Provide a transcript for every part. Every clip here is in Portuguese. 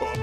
Ô,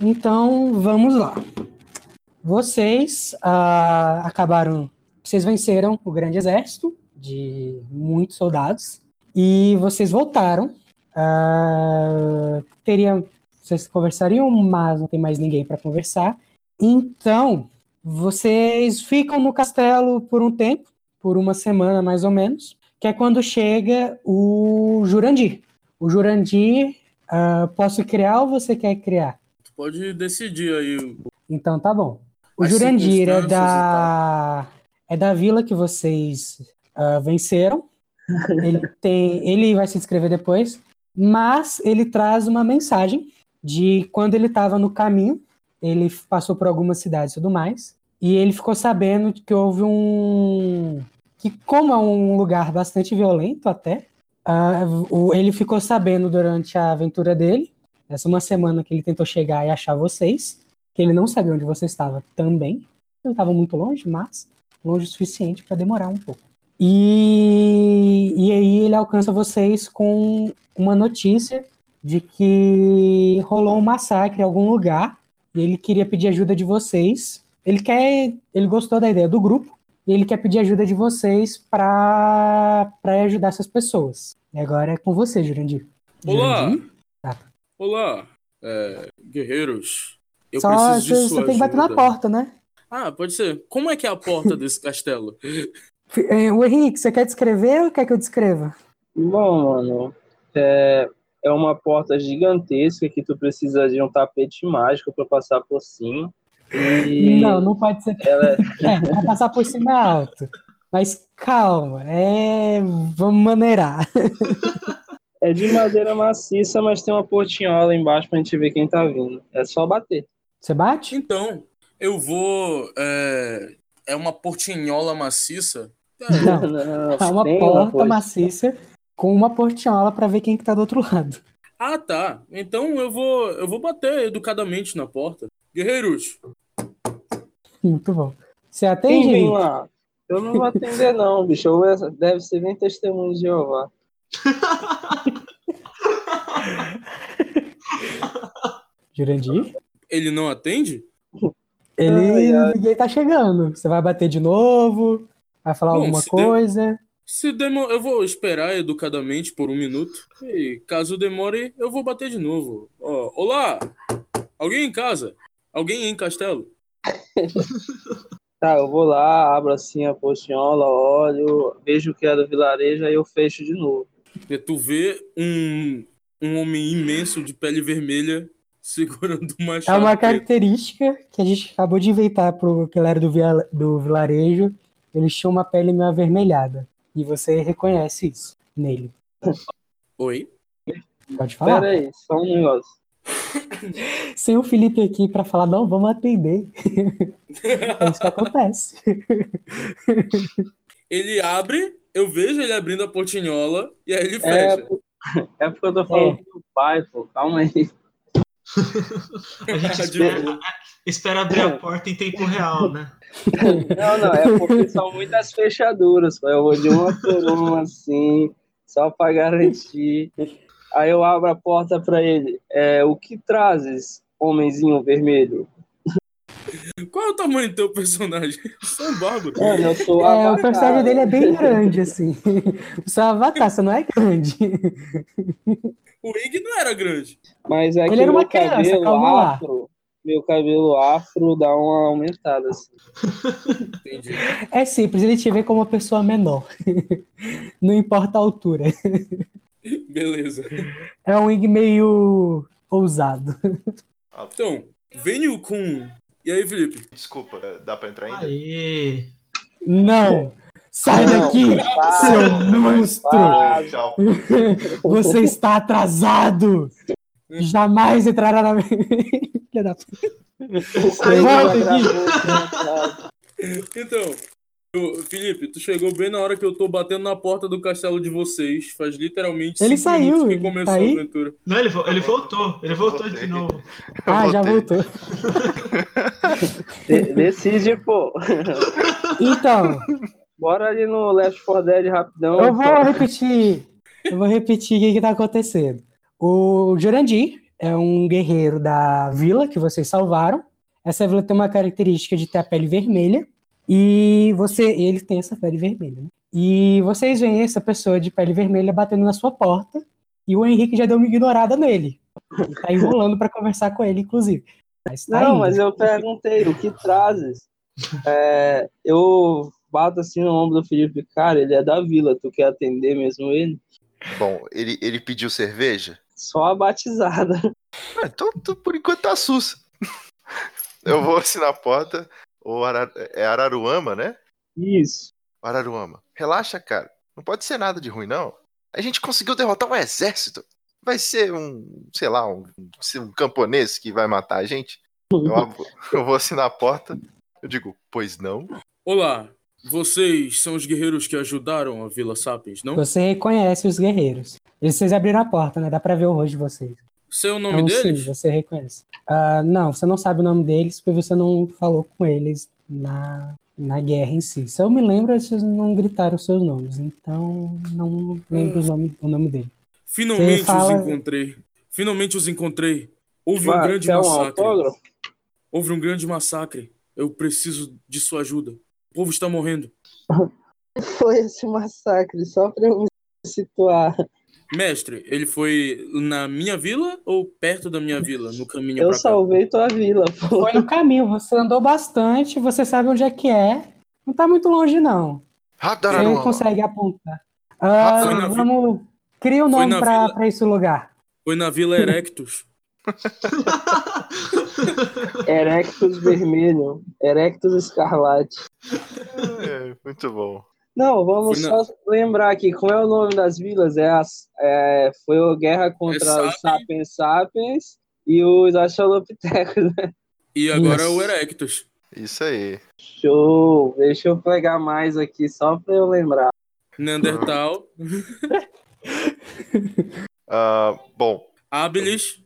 Então, vamos lá. Vocês ah, acabaram, vocês venceram o grande exército de muitos soldados e vocês voltaram. Ah, teria, vocês conversariam, mas não tem mais ninguém para conversar. Então, vocês ficam no castelo por um tempo, por uma semana mais ou menos que é quando chega o Jurandir. O Jurandir, ah, posso criar ou você quer criar? Tu pode decidir aí. o- Então tá bom. O As Jurandir é circunstâncias da é da vila que vocês ah, venceram. Ele tem, ele vai se inscrever depois, mas ele traz uma mensagem de quando ele estava no caminho, ele passou por algumas cidades e tudo mais, e ele ficou sabendo que houve um que como é um lugar bastante violento até, ah, o- ele ficou sabendo durante a aventura dele, essa uma semana que ele tentou chegar e achar vocês, que ele não sabia onde você estava também. Ele estava muito longe, mas longe o suficiente para demorar um pouco. E, e aí ele alcança vocês com uma notícia de que rolou um massacre em algum lugar e ele queria pedir ajuda de vocês. Ele quer, ele gostou da ideia do grupo e ele quer pedir ajuda de vocês para para ajudar essas pessoas. E agora é com você, Jurandir. Olá! Jurandir? Tá. Olá, é, guerreiros. Eu Só preciso de você, sua você tem que bater na ajuda. porta, né? Ah, pode ser. Como é que é a porta desse castelo? É, O Henrique, você quer descrever ou quer que eu descreva? Bom, mano, é, é uma porta gigantesca que tu precisa de um tapete mágico pra passar por cima. E Não, não pode ser. ela é É, vai passar por cima é alto. Mas calma, é. Vamos maneirar. é de madeira maciça, mas tem uma portinhola embaixo pra gente ver quem tá vindo. É só bater. Você bate? Então, eu vou. É, é uma portinhola maciça. Não. Não, não, não, É uma tem porta porta. maciça com uma portinhola pra ver quem que tá do outro lado. Ah, tá. Então eu vou, eu vou bater educadamente na porta. Guerreiros, Muito bom. Você Quem atende? vem Henrique? lá? Eu não vou atender, não, bicho. Eu vou- deve ser bem testemunho de Jeová. Jurandir? ele não atende? Ele. Ai, ai. Ninguém tá chegando. Você vai bater de novo? Vai falar Bom, alguma se der- coisa? Se demo... Eu vou esperar educadamente por um minuto. E caso demore, eu vou bater de novo. Ó, olá! Alguém em casa? Alguém em castelo? Tá, eu vou lá, abro assim a portinhola, olho, vejo que é do vilarejo, aí eu fecho de novo. E É, tu vê um, um homem imenso de pele vermelha segurando uma É chave. uma característica que a gente acabou de inventar pro galera do, via- do vilarejo. Eles tinham uma pele meio avermelhada. E você reconhece isso nele. Oi? Pode falar. Pera aí, só um negócio. Sem o Felipe aqui pra falar, não, vamos atender. é isso que acontece. Ele abre, eu vejo ele abrindo a portinhola e aí ele É, fecha. pô- é porque eu tô falando do meu pai, pô. Calma aí. A gente De espera, boa. Espera abrir a porta em tempo real, né? Não, não, é porque são muitas fechaduras. pô. Eu vou de uma por uma assim, só pra garantir. Aí eu abro a porta pra ele. É, o que trazes, homenzinho vermelho? Qual é o tamanho do teu personagem? Você é um bárbaro. Mano, eu sou a É, o personagem dele é né? bem grande, assim. O seu avatar só não é grande. O Ig não era grande. Mas é Ele que era uma meu criança, cabelo calma lá. afro, meu cabelo afro dá uma aumentada assim. Entendi. É simples, ele te vê como uma pessoa menor. Não importa a altura. Beleza. É um wing meio ousado. Então, venho com. E aí, Felipe? Desculpa, dá pra entrar ainda? Aí. Não! Sai Não, tá. daqui, seu monstro! Ah, Tchau. Você está atrasado! Jamais entrará na. Filha da puta. Sai Volta da aqui. boca, Então, eu- Felipe, tu chegou bem na hora que eu tô batendo na porta do castelo de vocês. Faz literalmente Ele cinco saiu, minutos que ele começou tá aí? a aventura. Não, ele, vo- ele voltou. Ele voltou de Voltei. novo. Ah, já voltei. voltou. de- né? Decide, pô. Então, Bora ali no Left 4 Dead rapidão. eu vou pô. repetir. Eu vou repetir o que, está acontecendo. O Jurandir é um guerreiro da vila que vocês salvaram. Essa vila tem uma característica de ter a pele vermelha. E você, ele tem essa pele vermelha. né? E vocês veem essa pessoa de pele vermelha batendo na sua porta. E o Henrique já deu uma ignorada nele. E tá enrolando para conversar com ele, inclusive. Mas tá Não, indo. mas eu perguntei, o que trazes? É, eu bato assim no ombro do Felipe, cara, ele é da vila, tu quer atender mesmo ele? Bom, ele, ele pediu cerveja? Só a batizada. Ah, então, tu- por enquanto tá sus. Eu vou assim na porta. O Ara- É Araruama, né? Isso. Araruama. Relaxa, cara. Não pode ser nada de ruim, não. A gente conseguiu derrotar um exército. Vai ser um, sei lá, um, um camponês que vai matar a gente. Eu, abro- eu vou assim na porta. Eu digo, pois não? Olá, vocês são os guerreiros que ajudaram a Vila Sapiens, não? Você reconhece os guerreiros. E vocês abriram a porta, né? Dá pra ver o rosto de vocês. Sei o nome então, deles? Sim, você reconhece. Ah, não, você não sabe o nome deles porque você não falou com eles na, na guerra em si. Se eu me lembro, vocês não gritaram seus nomes. Então, não lembro os nome- o nome dele. Finalmente fala- os encontrei. Finalmente os encontrei. Houve um Vai, grande quer um massacre. autógrafo? Houve um grande massacre. Eu preciso de sua ajuda. O povo está morrendo. Foi esse massacre, só pra eu me situar. Mestre, ele foi na minha vila ou perto da minha vila, no caminho Eu pra cá? salvei tua vila, pô. Foi no caminho, você andou bastante, você sabe onde é que é. Não tá muito longe, não. Rápido, Você Araruama. consegue apontar. Ah, Foi na vi- vamos. Cria um Foi nome na pra, vila- pra esse lugar. Foi na Vila Erectus. Erectus vermelho, Erectus escarlate. É, muito bom. Não, vamos Foi na- só lembrar aqui, como é o nome das vilas? É as, é, foi a guerra contra É os Sapiens Sapiens e os Axolopithecus. né? E agora é o Nossa. Erectus. Isso aí. Show! Deixa eu pegar mais aqui só pra eu lembrar. Neandertal, Ah, bom, Habilis.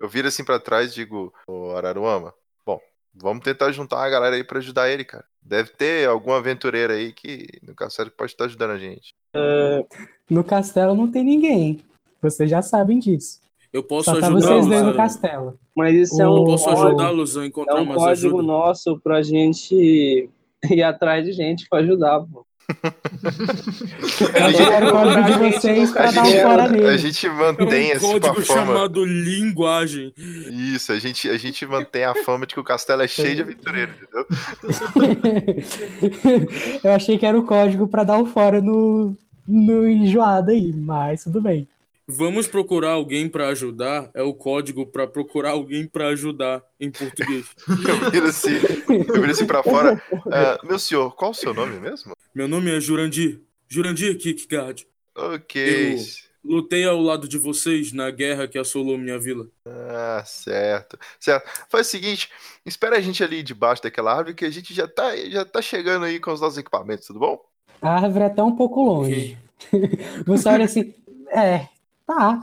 Eu viro assim pra trás e digo, ô Araruama, bom, vamos tentar juntar uma galera aí pra ajudar ele, cara. Deve ter algum aventureiro aí que no castelo que pode estar ajudando a gente. No castelo não tem ninguém. Vocês já sabem disso. Eu posso Só tá vocês dois no ajudá-los. a- castelo. Mas isso é Eu um, Posso código- ajudá-los a é encontrar um mais código ajuda? nosso pra gente ir atrás de gente pra ajudar. Pô. Eu quero o código de vocês pra A dar um gente, fora a nele. gente É mantém um assim com a código fama. chamado linguagem. Isso, a gente, a gente mantém a fama de que o castelo é cheio de aventureiro, entendeu? Eu achei que era o código pra dar um fora no, no enjoado aí, mas tudo bem. Vamos procurar alguém pra ajudar é o código pra procurar alguém pra ajudar em português. Eu viro assim, eu viro assim pra fora. "Ah, meu senhor, qual o seu nome mesmo? Meu nome é Jurandir. Jurandir Kickguard. Ok. Eu- Lutei ao lado de vocês na guerra que assolou minha vila. Ah, certo. Certo. Faz o seguinte, espera a gente ali debaixo daquela árvore que a gente já tá, já tá chegando aí com os nossos equipamentos, tudo bom? A árvore é até um pouco longe. Você olha assim, é, tá.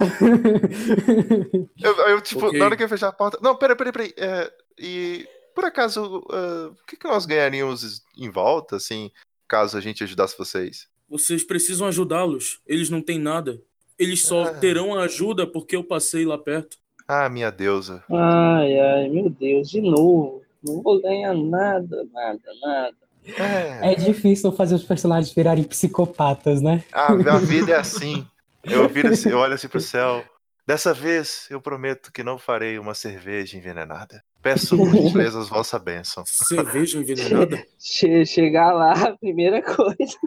Eu, eu, tipo, Ok. na hora que eu fechar a porta. Não, peraí, peraí, peraí. É, e Por acaso, ah, o que, que nós ganharíamos em volta, assim, caso a gente ajudasse vocês? Vocês precisam ajudá-los. Eles não têm nada. Eles só Ah. terão ajuda porque eu passei lá perto. Ah, minha deusa. Ai, ai, meu Deus, de novo. Não vou ganhar nada, nada, nada. É. É difícil fazer os personagens virarem psicopatas, né? Ah, minha vida é assim. Eu, viro assim, eu olho assim pro céu. Dessa vez, eu prometo que não farei uma cerveja envenenada. Peço por gentileza a vossa bênção. Cerveja envenenada? Che- chegar lá, a primeira coisa.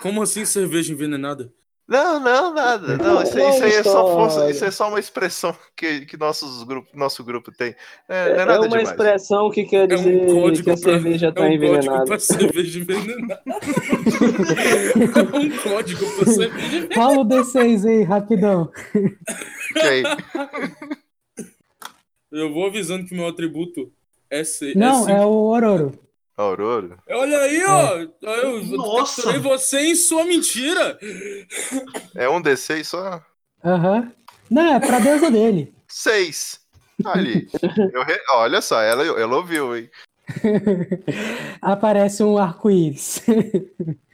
Como assim cerveja envenenada? Não, não, nada. Não, isso, isso aí é só força, isso é só uma expressão que, que nossos grupo, nosso grupo tem. É, não é nada uma demais. expressão que quer É dizer um código que a pra- cerveja é tá um envenenada. Código pra cerveja envenenada. é um código pra cerveja. Rola o D6 aí, rapidão. Ok. Eu vou avisando que meu atributo é C. assim. Não, é é o Ororo. Aurora. C. Olha aí, ó. É. Eu Nossa. capturei você em sua mentira. É um D6 só? Aham. Não, é pra deusa dele. Seis. Tá Ali. Eu re- Olha só, ela, ela ouviu, hein? Aparece um arco-íris.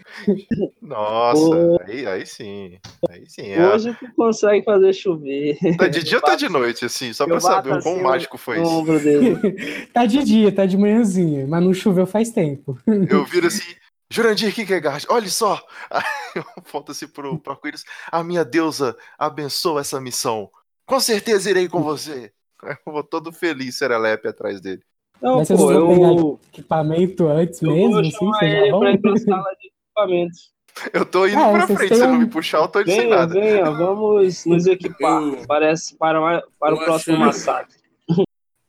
Nossa, aí, aí sim. Aí sim. É. Hoje tu consegue fazer chover Tá de dia ou tá de noite, assim? Só eu pra bato saber o quão assim, mágico foi no isso. ombro dele. tá de dia, tá de manhãzinha, mas não choveu faz tempo. Eu viro assim. Jurandir Kierkegaard, olha só! Aí eu aponto assim pro, pro arco-íris. A minha deusa abençoa essa missão. Com certeza irei com você. Aí Eu vou todo feliz, Serelepe, atrás dele. Não, Mas vocês Então, pô, vão pegar eu, Equipamento antes eu mesmo, vou assim, chamar seja ele bom. pra ir pra sala de equipamentos. Eu tô indo Ah, pra vocês frente, têm se não um- me puxar, eu tô indo sem Venha, nada. venha, vamos nos equipar. Eu- Parece para, uma- para o Eu próximo achei- massacre.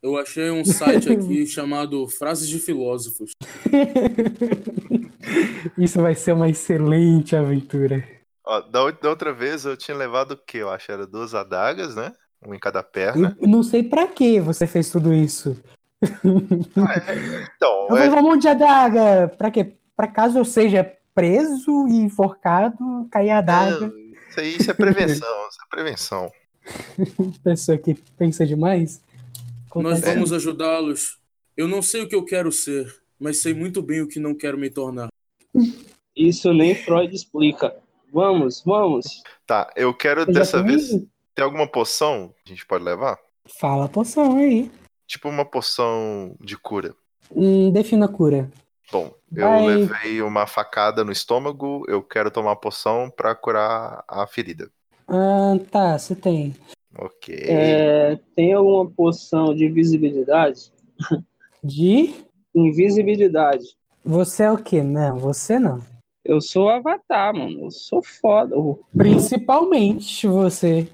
Eu achei um site aqui chamado Frases de Filósofos. Isso vai ser uma excelente aventura. Ó, da, ou- da outra vez eu tinha levado o quê? Eu acho era duas adagas, né? Uma em cada perna. Eu não sei pra que você fez tudo isso. Ah, é, então, Eu vou é, levar um monte de adaga. Pra quê? Pra caso eu seja preso e enforcado, cair a adaga. isso, aí, isso é prevenção, isso é prevenção. Pessoa que pensa demais. Nós Acontece. vamos ajudá-los. Eu não sei o que eu quero ser, mas sei muito bem o que não quero me tornar. Isso nem Freud explica. Vamos, vamos. Tá, eu quero Eu já um? dessa comi? vez. Tem alguma poção que a gente pode levar? Fala a poção aí. Tipo uma poção de cura. Hum, defina a cura. Bom, eu Vai. levei uma facada no estômago, eu quero tomar a poção pra curar a ferida. Ah, tá, você tem. Ok. É, tem alguma poção de visibilidade? De. Invisibilidade. Você é o quê? Não, você não. Eu sou avatar, mano. Eu sou foda. Eu- Principalmente você.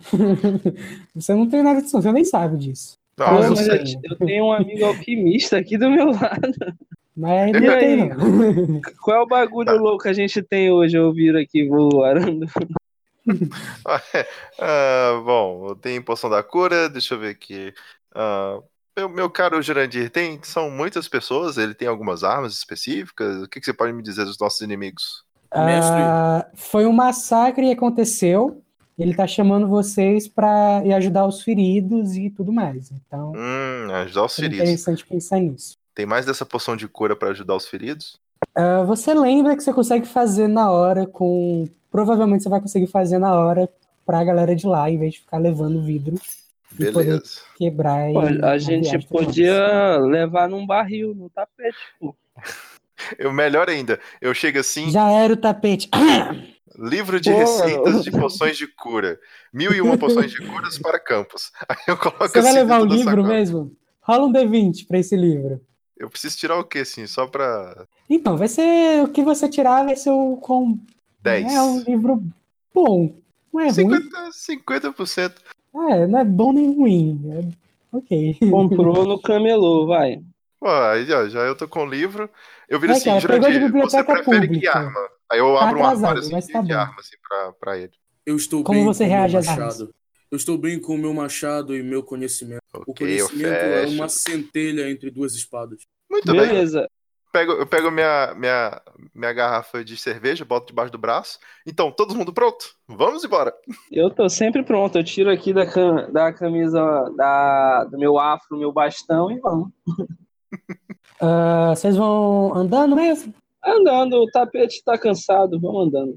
você não tem nada disso, você nem sabe disso. Não, Pô, Ah, eu mas sei. sei. eu, eu tenho um amigo alquimista aqui do meu lado. Mas é E não aí? tem, não. Qual é o bagulho Tá. louco que a gente tem hoje? Eu viro aqui voando. Ah, bom, eu tenho poção da cura, deixa eu ver aqui. Ah, meu, meu caro Jurandir, tem, são muitas pessoas, ele tem algumas armas específicas. O que, que você pode me dizer dos nossos inimigos? Ah, foi um massacre que aconteceu. Ele tá chamando vocês pra ir ajudar os feridos e tudo mais. Então, Hum, ajudar os é feridos. interessante pensar nisso. Tem mais dessa poção de cura pra ajudar os feridos? Ah, você lembra que você consegue fazer na hora com. Provavelmente você vai conseguir fazer na hora pra galera de lá, em vez de ficar levando vidro, E poder- Beleza. quebrar Pô, e. a gente um viagem e tudo mais. podia levar num barril, num tapete, pô. Eu, melhor ainda, eu chego assim, Já era o tapete. livro de Pô. receitas de poções de cura. Mil e uma poções de curas para campos. Aí eu coloco Você vai assim levar o dentro da livro sacola. mesmo? Rola um D20 pra esse livro. Eu preciso tirar o quê, assim? Só pra Então, vai ser. O que você tirar vai ser o. Com... 10. É um livro bom. Não é ruim. 50, 50%. É, não é bom nem ruim. É... Ok. Comprou no camelô, vai. Pô, aí ó, já eu tô com o livro. Eu viro Vai, assim, cara, pegou de Jurandir, você biblioteca prefere que pública. arma? Aí eu Tá abro um atrasado, armário assim, mas de, tá de bom. arma assim, pra, pra ele. Eu estou Como bem você com o reage meu às armas? machado. Eu estou bem com o meu machado e meu conhecimento. O Ok, eu conhecimento é fecho. uma centelha entre duas espadas. Muito Tá bem. Beleza. Eu pego, eu pego minha, minha, minha garrafa de cerveja, boto debaixo do braço. Então, todo mundo pronto? Vamos embora. Eu tô sempre pronto, eu tiro aqui da, cam- da camisa da, do meu afro, meu bastão e vamos. Ah, vocês vão andando mesmo? Andando, o tapete tá cansado, vamos andando.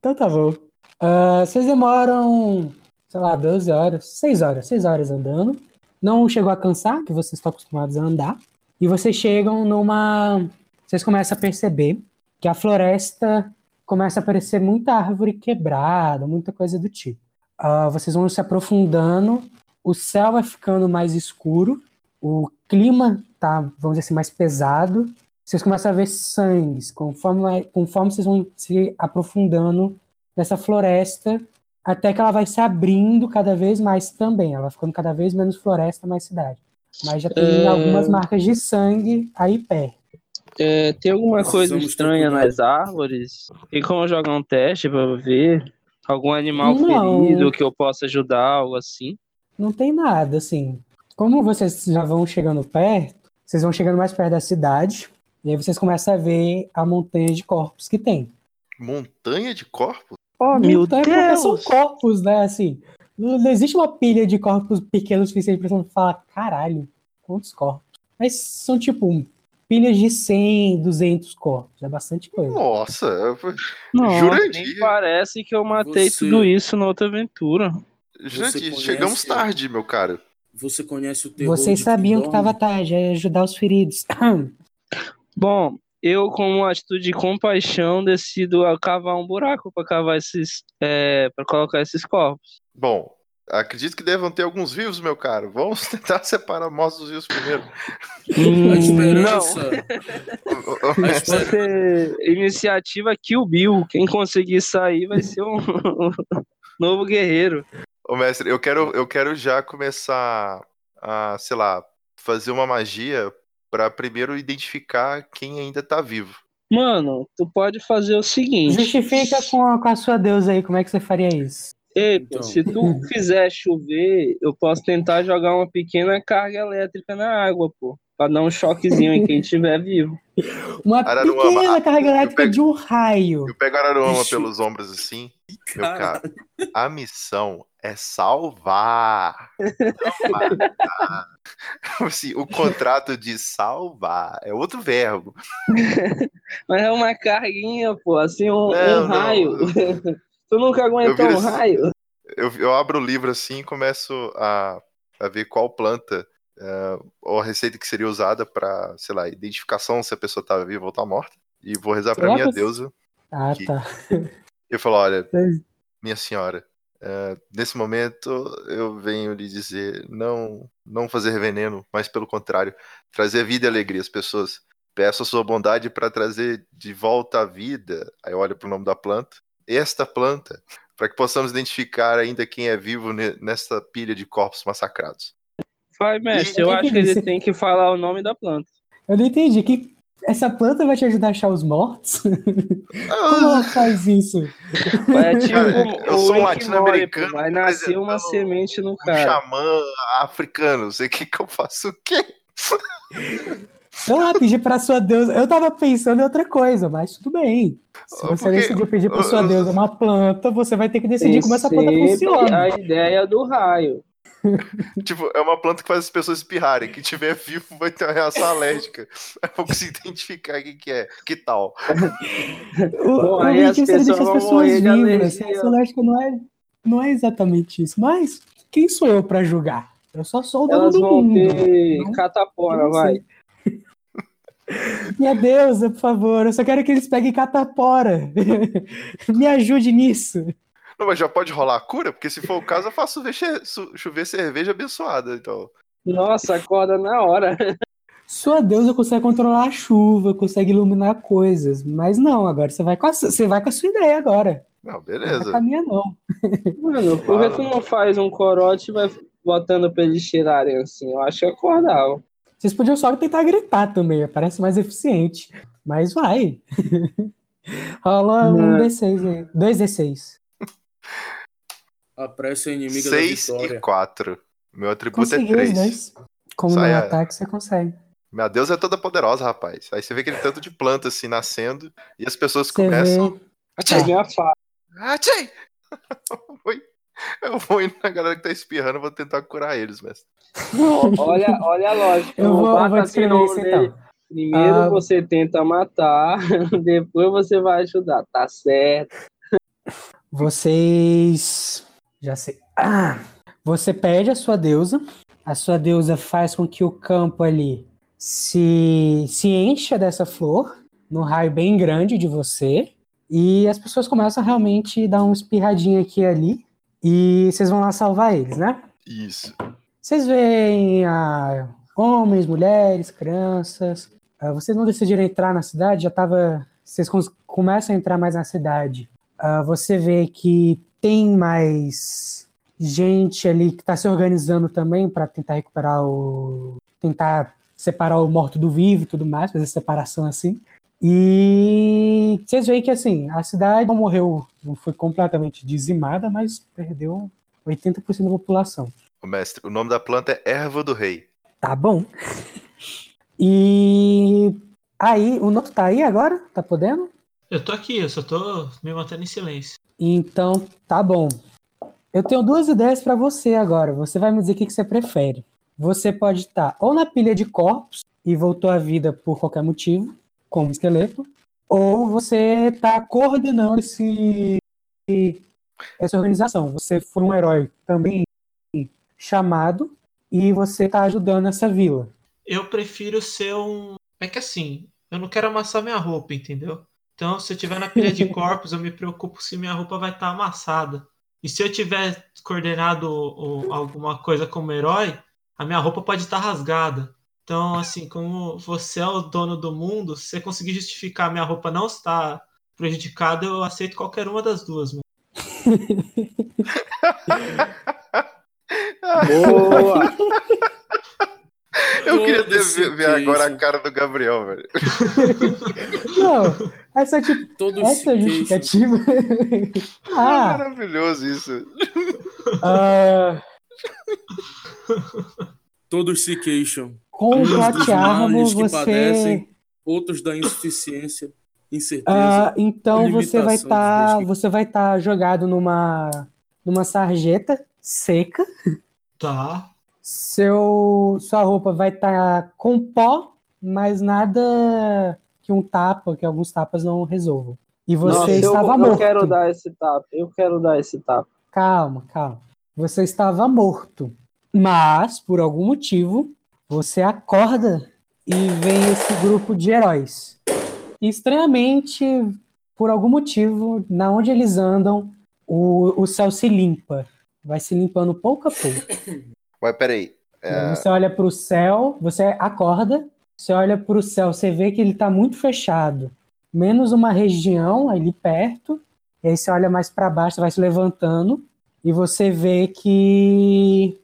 Então tá bom. Ah, vocês demoram, sei lá, 12 horas, 6 horas, 6 horas andando. Não chegou a cansar, que vocês estão acostumados a andar. E vocês chegam numa. Vocês começam a perceber que a floresta começa a aparecer muita árvore quebrada, muita coisa do tipo. Ah, vocês vão se aprofundando, o céu vai ficando mais escuro, o clima tá, vamos dizer assim, mais pesado. Vocês começam a ver sangues, conforme, vai- conforme vocês vão se aprofundando nessa floresta, até que ela vai se abrindo cada vez mais também. Ela vai ficando cada vez menos floresta, mais cidade. Mas já tem É. algumas marcas de sangue aí perto. É, tem alguma coisa Precisamos ter estranha cuidado. nas árvores? Tem como jogar um teste pra ver? Algum animal Não. ferido que eu possa ajudar, algo assim? Não tem nada, assim. Como vocês já vão chegando perto, vocês vão chegando mais perto da cidade, e aí vocês começam a ver a montanha de corpos que tem. Montanha de corpos? Oh, Então é porque são corpos, né? Assim, não não existe uma pilha de corpos pequenos que você precisa falar, caralho, quantos corpos? Mas são tipo pilhas de 100, 200 corpos, é bastante coisa. Nossa, eu- Nossa, Jurandir. nem parece que eu matei Você- tudo isso na outra aventura. Jurandir, conhece- chegamos tarde, meu caro. Você conhece o terror Vocês de sabiam que dorme? tava tarde, é ajudar os feridos. Bom, eu, como uma atitude de compaixão, decido a cavar um buraco pra cavar esses. É, para colocar esses corpos. Bom, acredito que devam ter alguns vivos, meu caro. Vamos tentar separar nós dos vivos primeiro. A Não, esperança. A Ô, Hum, vai esper- ser iniciativa Kill Bill. Quem conseguir sair vai ser um novo guerreiro. ô, mestre, eu quero, eu quero já começar a, sei lá, fazer uma magia pra primeiro identificar quem ainda tá vivo. Mano, tu pode fazer o seguinte. Justifica com a, com a sua deusa aí, como é que você faria isso? Ei, pô, Então. se tu fizer chover, eu posso tentar jogar uma pequena carga elétrica na água, pô. Pra dar um choquezinho em quem estiver vivo. Uma Araruama, pequena ah, carga eu elétrica pego- de um raio. Eu pego a Araruama Bicho. pelos ombros assim. Meu Cara. caro, a missão é salvar. Salvar. Assim, o contrato de salvar é outro verbo. Mas é uma carguinha, pô, assim, um, um Não, não. raio. tu nunca aguentou Eu vi um esse- raio? Eu, eu abro o livro assim e começo a, a ver qual planta eh, ou a receita que seria usada pra, sei lá, identificação se a pessoa tá viva ou tá morta. E vou rezar pra Será minha que- deusa. Ah, Que- tá. Eu falo, olha, É. minha senhora, eh, nesse momento eu venho lhe dizer não, não fazer veneno, mas pelo contrário, trazer vida e alegria às pessoas. Peço a sua bondade para trazer de volta a vida. Aí eu olho pro nome da planta, esta planta, para que possamos identificar ainda quem é vivo ne- nesta pilha de corpos massacrados. Vai, mestre, eu que acho que que ele isso? tem que falar o nome da planta. Eu não entendi. Que essa planta vai te ajudar a achar os mortos? Como Ah, ela faz isso? É tipo Cara, eu o sou Rick um Morty, latino-americano, pô, Vai nascer uma apresentando semente no um cara. xamã africano, sei que que eu faço o quê? Sei lá, pedir pra sua deusa. Eu tava pensando em outra coisa, mas tudo bem. Se Ah, você porque- decidir pedir pra sua ah, deusa uma planta, você vai ter que decidir como essa planta Sempre funciona. A ideia do raio. Tipo, é uma planta que faz as pessoas espirrarem. Quem tiver vivo vai ter uma reação alérgica. Eu vou conseguir identificar o que, que é. Que tal? O, Bom, o aí as objetivo seria deixar as pessoas vão pessoas morrer de vivas. alergia. A celérgica não é, não é exatamente isso. Mas quem sou eu pra julgar? Eu só sou o dono Elas do vão mundo. ter Não- catapora, não sei. vai. Minha deusa, por favor, eu só quero que eles peguem catapora. Me ajude nisso. Não, mas já pode rolar a cura? Porque se for o caso, eu faço ver che- su- chover cerveja abençoada. Então, Nossa, acorda na hora. Sua deusa consegue controlar a chuva, consegue iluminar coisas, mas não, agora você vai com a, su- você vai com a sua ideia agora. não, Não vai beleza. com a minha, não. Mano, por que tu não faz um corote e vai botando pra eles tirarem assim? Eu acho que acordavam. Vocês podiam só tentar gritar também, parece mais eficiente. Mas vai. Rola um Não. D6 aí. Dois D6. A pressa é inimiga da 6 vitória. e 4. Meu atributo é Conseguiu os 3. dois. Como Sai no a- ataque, você consegue. Minha deusa é toda poderosa, rapaz. Aí você vê aquele tanto de planta assim nascendo e as pessoas "Ah, Você começam. vê. É minha fa- Achei! Oi. Eu vou indo na galera que tá espirrando, vou tentar curar eles, mestre. Olha, olha a lógica. Eu vou, eu vou Mata descrever sem isso nome então. dele. Primeiro Ah. você tenta matar, depois você vai ajudar. Tá certo. Vocês. Já sei. Ah! Você perde a sua deusa. A sua deusa faz com que o campo ali se, se encha dessa flor, num raio bem grande de você. E as pessoas começam a realmente dar um espirradinho aqui e ali. E vocês vão lá salvar eles, né? Isso. Vocês veem ah, homens, mulheres, crianças. Ah, vocês não decidiram entrar na cidade, já tava. Vocês cons- começam a entrar mais na cidade. Ah, você vê que tem mais gente ali que está se organizando também para tentar recuperar o. tentar separar o morto do vivo e tudo mais, fazer separação assim. E vocês veem que assim, a cidade não morreu, não foi completamente dizimada, mas perdeu 80% da população. Ô, mestre, o nome da planta é erva do rei. Tá bom. E aí, o Noto tá aí agora? Tá podendo? Eu tô aqui, eu só tô me mantendo em silêncio. Então, tá bom. Eu tenho duas ideias pra você agora. Você vai me dizer o que, que você prefere. Você pode estar ou na pilha de corpos e voltou à vida por qualquer motivo, como esqueleto, ou você tá coordenando esse, essa organização. Você foi um herói também chamado e você tá ajudando essa vila. Eu prefiro ser um. É que assim, eu não quero amassar minha roupa, entendeu? Então, se eu tiver na pilha de corpos, eu me preocupo se minha roupa vai estar amassada. E se eu tiver coordenado o- o- alguma coisa como herói, a minha roupa pode estar rasgada. Então, assim, como você é o dono do mundo, se você conseguir justificar a minha roupa não estar prejudicada, eu aceito qualquer uma das duas, mano. Boa! Eu queria ter, Todo ver, ver agora a suqueço, cara do Gabriel, velho. Não, essa, tipo, Todo essa é suqueço. justificativa. ah, É Maravilhoso isso. ah, Todos se queixam. com o Todos os plot armor males que você. padecem, outros da insuficiência, incerteza. ah, então você vai limitações estar, desde que- você vai estar jogado numa numa sarjeta seca. Tá. Seu sua roupa vai estar com pó, mas nada que um tapa, que alguns tapas não resolvam. E você Nossa, eu, estava eu morto. quero dar esse tapa. Eu quero dar esse tapa. Calma, calma. Você estava morto, mas por algum motivo você acorda e vem esse grupo de heróis. Estranhamente, por algum motivo, na onde eles andam, o, o céu se limpa. Vai se limpando pouco a pouco. Mas peraí. É, Você olha para o céu, você acorda, você olha para o céu, você vê que ele está muito fechado, menos uma região ali perto. E aí você olha mais para baixo, vai se levantando e você vê que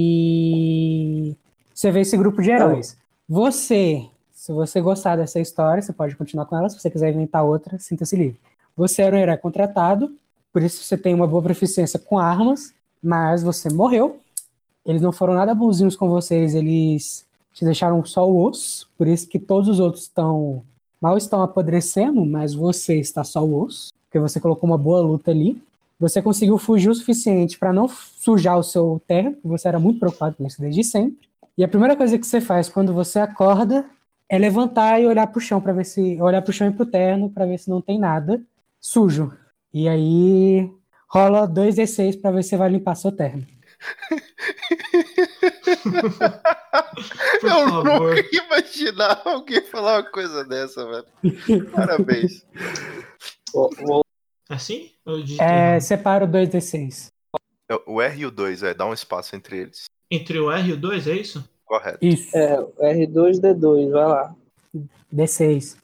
que você vê esse grupo de heróis. Você, se você gostar dessa história, você pode continuar com ela. Se você quiser inventar outra, sinta-se livre. Você era um herói contratado, por isso você tem uma boa proficiência com armas, mas você morreu. Eles não foram nada bonzinhos com vocês, eles te deixaram só o osso, por isso que todos os outros estão mal estão apodrecendo, mas você está só o osso, porque você colocou uma boa luta ali. Você conseguiu fugir o suficiente para não sujar o seu terra, porque você era muito preocupado com isso desde sempre. E a primeira coisa que você faz quando você acorda é levantar e olhar pro chão para ver se olhar pro chão e pro terno para ver se não tem nada sujo. E aí rola 2d6 para ver se vai limpar seu terno. Por eu favor. nunca ia imaginar alguém falar uma coisa dessa, velho. Parabéns. Vou- vou- Assim? Eu digitei É, errado. separa o 2d6. É, O R e o 2, é, dá um espaço entre eles. Entre o R e o 2, é isso? Correto. Isso. É, R2D2, vai lá. D6.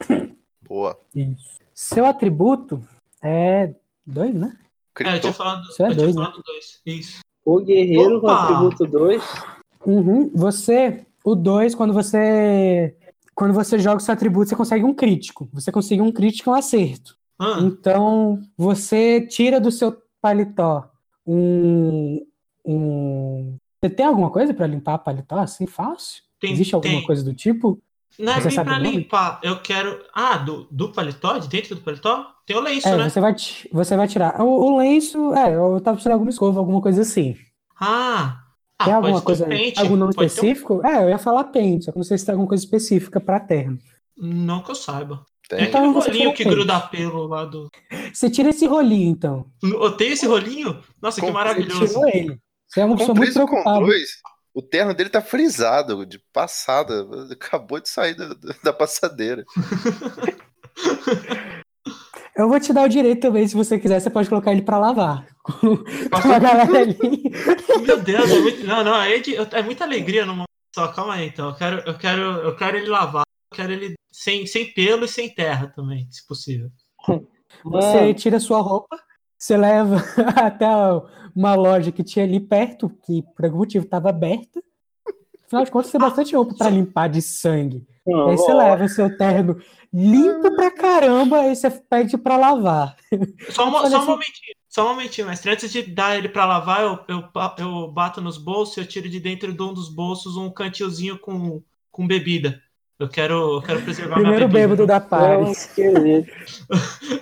Boa. Isso. Seu atributo é 2, né? É, eu tinha Critou. falado Isso é eu tinha dois, falado dois. Isso. O guerreiro com Opa! atributo 2. Uhum. Você, o 2, quando você. Quando você joga o seu atributo, você consegue um crítico. Você consegue um crítico e um acerto. Ah, Então, você tira do seu paletó um. um... Você tem alguma coisa para limpar paletó assim fácil? tem, Existe alguma tem. coisa do tipo? Não é Você bem sabe pra o nome? limpar. Eu quero. Ah, do, do paletó? De dentro do paletó? Tem o lenço, É, né? você vai, ti- você vai tirar. O, o lenço, é, eu tava precisando de alguma escova, alguma coisa assim. Ah, ah, Tem alguma pode coisa, ter um pente. algum nome pode ter um- específico? É, eu ia falar pente, só que não sei se tem alguma coisa específica pra terra. Não que eu saiba. Tem Tem. Então- aquele você rolinho tem que pente. gruda pelo lá do. Você tira esse rolinho, então. Eu tenho esse rolinho? Nossa, que Você Com- maravilhoso. tirou ele. Você é uma Com pessoa muito 3 e com preocupada. 2, o terno dele tá frisado, de passada. Acabou de sair da, da- da passadeira. Eu vou te dar o direito também, se você quiser, você pode colocar ele pra lavar. Com Passa- a galera ali. Meu Deus, é muito... não, não, é, de- é muita alegria no momento só. Calma aí, então. Eu quero, eu quero, eu quero ele lavar. Eu quero ele sem, sem pelo e sem terra também, se possível. É. Você tira sua roupa, você leva até uma loja que tinha ali perto, que por algum motivo estava aberta. Afinal de contas, tem bastante roupa pra limpar de sangue. Não, Aí você ó, leva o seu terno limpo pra caramba, aí você pede pra lavar. Só, uma- Olha, só um assim- momentinho, só um momentinho, mestre. Antes de dar ele pra lavar, eu, eu, pa- eu bato nos bolsos, eu tiro de dentro de um dos bolsos um cantilzinho com, com bebida. Eu quero, eu quero preservar Primeiro minha bêbado bebida. da é party. um esqueleto.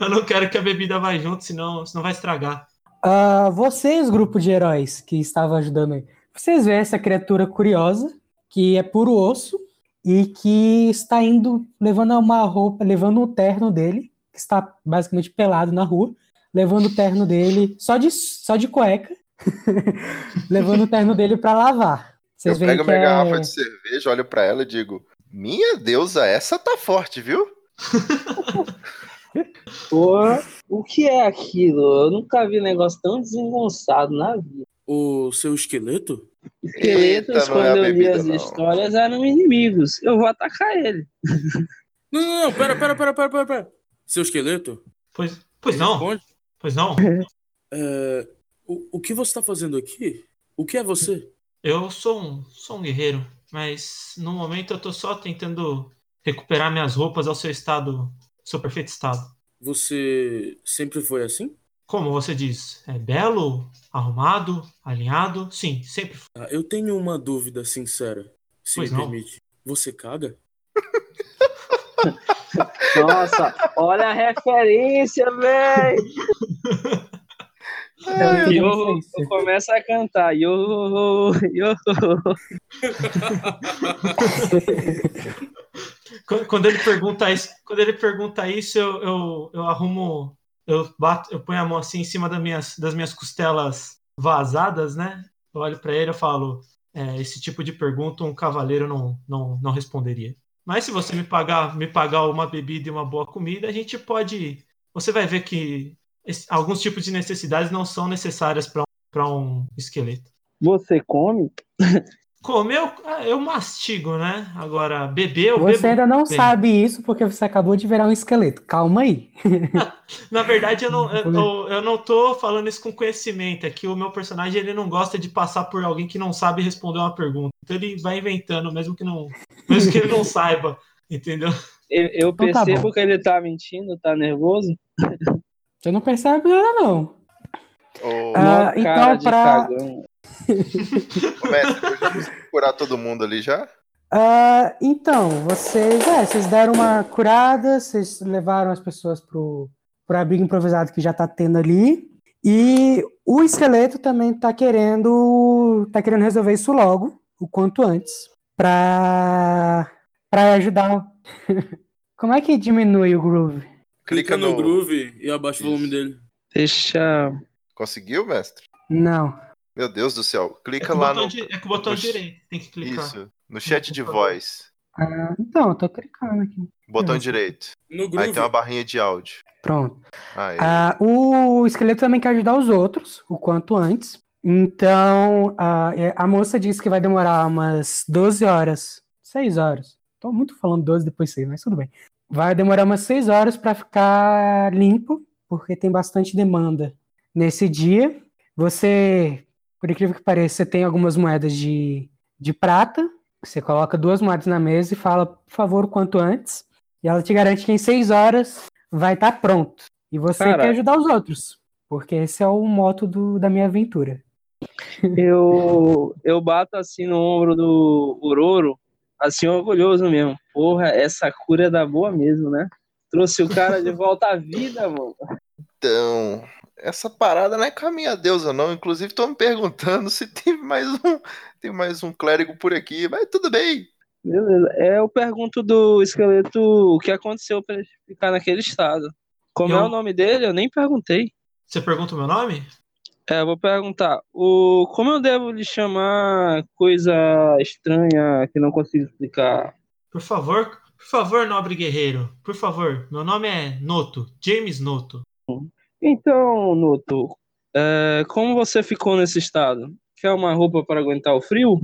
Eu não quero que a bebida vá junto, senão, senão vai estragar. Ah, vocês, grupo de heróis que estava ajudando aí, vocês veem essa criatura curiosa, que é puro osso, e que está indo, levando uma roupa, levando o terno dele, que está basicamente pelado na rua, levando o terno dele, só de, só de cueca, levando o terno dele para lavar. Vocês eu veem pego que minha garrafa é... de cerveja, olho pra ela e digo: Minha deusa, essa tá forte, viu? Pô, o que é aquilo? Eu nunca vi negócio tão desengonçado na vida. O seu esqueleto? Esqueletos, Eita, não é a quando eu li bebida, as não. histórias, eram inimigos. Eu vou atacar ele. Não, não, não, pera, pera, pera, pera, pera, pera. Seu esqueleto? Pois, pois não, Responde. pois não. É, o, o que você tá fazendo aqui? O que é você? Eu sou um, sou um guerreiro, mas no momento eu tô só tentando recuperar minhas roupas ao seu estado, seu perfeito estado. Você sempre foi assim? Como você diz, é belo, arrumado, alinhado? Sim, sempre foi. Ah, eu tenho uma dúvida sincera, se Pois me não. permite. Você caga? Nossa, olha a referência, véi! "É, Ai, E eu- eu, eu começo a cantar. Yo, yo. Quando, quando ele pergunta isso, quando ele pergunta isso, eu, eu, eu arrumo, eu bato, eu ponho a mão assim em cima das minhas, das minhas costelas vazadas, né? Eu olho pra ele e falo, é, esse tipo de pergunta um cavaleiro não, não, não responderia. Mas se você me pagar, me pagar uma bebida e uma boa comida, a gente pode. Você vai ver que es- alguns tipos de necessidades não são necessárias para um, pra um esqueleto. Você come? Comer, eu, ah, eu mastigo, né? Agora, beber, eu Você é bebo. ainda não bem. sabe isso porque você acabou de virar um esqueleto. Calma aí. Na verdade, eu não, eu, eu- eu não tô falando isso com conhecimento. É que o meu personagem ele não gosta de passar por alguém que não sabe responder uma pergunta. Então ele vai inventando, mesmo que não. Mesmo que ele não saiba. Entendeu? Eu, eu Então tá percebo bom. que ele tá mentindo, tá nervoso. Você não percebe nada, não. Ô, Ah, Mó cara então, de pra- cagão. ô, mestre, eu já consegui curar todo mundo ali já? Ah, então, vocês, é, vocês deram uma curada, vocês levaram as pessoas pro, pro abrigo improvisado que já tá tendo ali. E o esqueleto também tá querendo, tá querendo resolver isso logo, o quanto antes, pra, pra ajudar. o- Como é que diminui o groove? Clica no... no- groove e abaixa o volume Isso. dele. Deixa. Conseguiu, mestre? Não. Meu Deus do céu. Clica é com o lá botão no. di- é com o botão no- direito. Tem que clicar. Isso. No chat de voz. Ah, então, eu tô clicando aqui. Botão Uhum. Não. direito. No groove. Aí tem uma barrinha de áudio. Pronto. Aí. Ah, o esqueleto também quer ajudar os outros, o quanto antes. Então, ah, é, a moça disse que vai demorar umas 12 horas, 6 horas. Tô muito falando 12 depois 6, mas tudo bem. Vai demorar umas 6 horas para ficar limpo, porque tem bastante demanda nesse dia. Você, por incrível que pareça, você tem algumas moedas de, de prata. Você coloca duas moedas na mesa e fala, por favor, o quanto antes. E ela te garante que em 6 horas vai estar pronto. E você quer Caralho. ajudar os outros. Porque esse é o moto do- da minha aventura. Eu, eu bato assim no ombro do Uroro, assim orgulhoso mesmo. Porra, essa cura é da boa mesmo, né? Trouxe o cara de volta à vida, mano. Então, essa parada não é com a minha deusa, não. Inclusive, tô me perguntando se tem mais um, tem mais um clérigo por aqui, mas tudo bem. Beleza. É, eu pergunto do esqueleto o que aconteceu pra ele ficar naquele estado. Como Eu- é o nome dele, eu nem perguntei. Você pergunta o meu nome? É, eu vou perguntar. O... Como eu devo lhe chamar coisa estranha que não consigo explicar? Por favor, por favor, nobre guerreiro. Por favor, meu nome é Noto, James Noto. Então, Noto, é, como você ficou nesse estado? Quer uma roupa para aguentar o frio?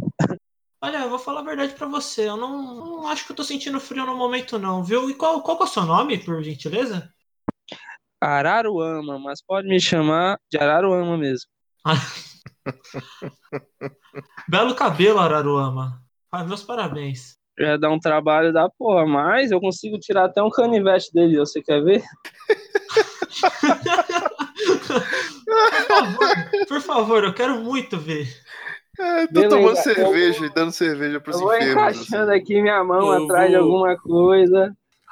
Olha, eu vou falar a verdade pra você. Eu não, não acho que eu tô sentindo frio no momento, não, viu? E qual, qual que é o seu nome, por gentileza? Araruama, mas pode me chamar de Araruama mesmo. Belo cabelo, Araruama. Ah, meus parabéns. Já dá um trabalho da porra, mas eu consigo tirar até um canivete dele, você quer ver? Por favor, por favor, eu quero muito ver. É, tô Beleza, tomando eu cerveja e dando cerveja Eu pros vou enfermos. assim. encaixando aqui minha mão Eu atrás de vou- alguma coisa.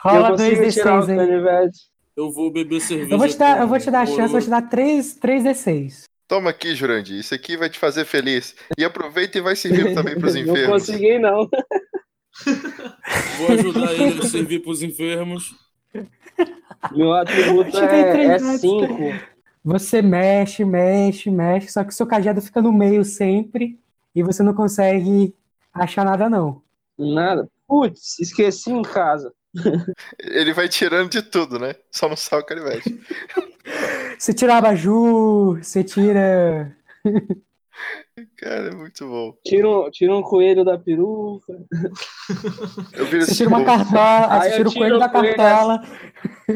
e eu Rola consigo tirar o 2d6 aí. canivete. Eu vou beber cerveja. Eu vou te dar, eu vou te dar a com chance, eu vou te dar 3, 3d6. Toma aqui, Jurandir. Isso aqui vai te fazer feliz. E aproveita e vai servir também pros Não enfermos. consegui, não. Vou ajudar ele a servir pros enfermos. Meu atributo Te dei três é dados. 5. Você mexe, mexe, mexe, só que seu cajado fica no meio sempre e você não consegue achar nada, não. Nada. Putz, esqueci em casa. Ele vai tirando de tudo, né? Só não sai o canivete. Você tira abajur, você tira. Cara, é muito bom. Tira um, tira um coelho da peruca. Eu viro Você assim, tira uma pô, cartola, Aí aí eu você tira o tiro coelho o da coelho, né? cartola.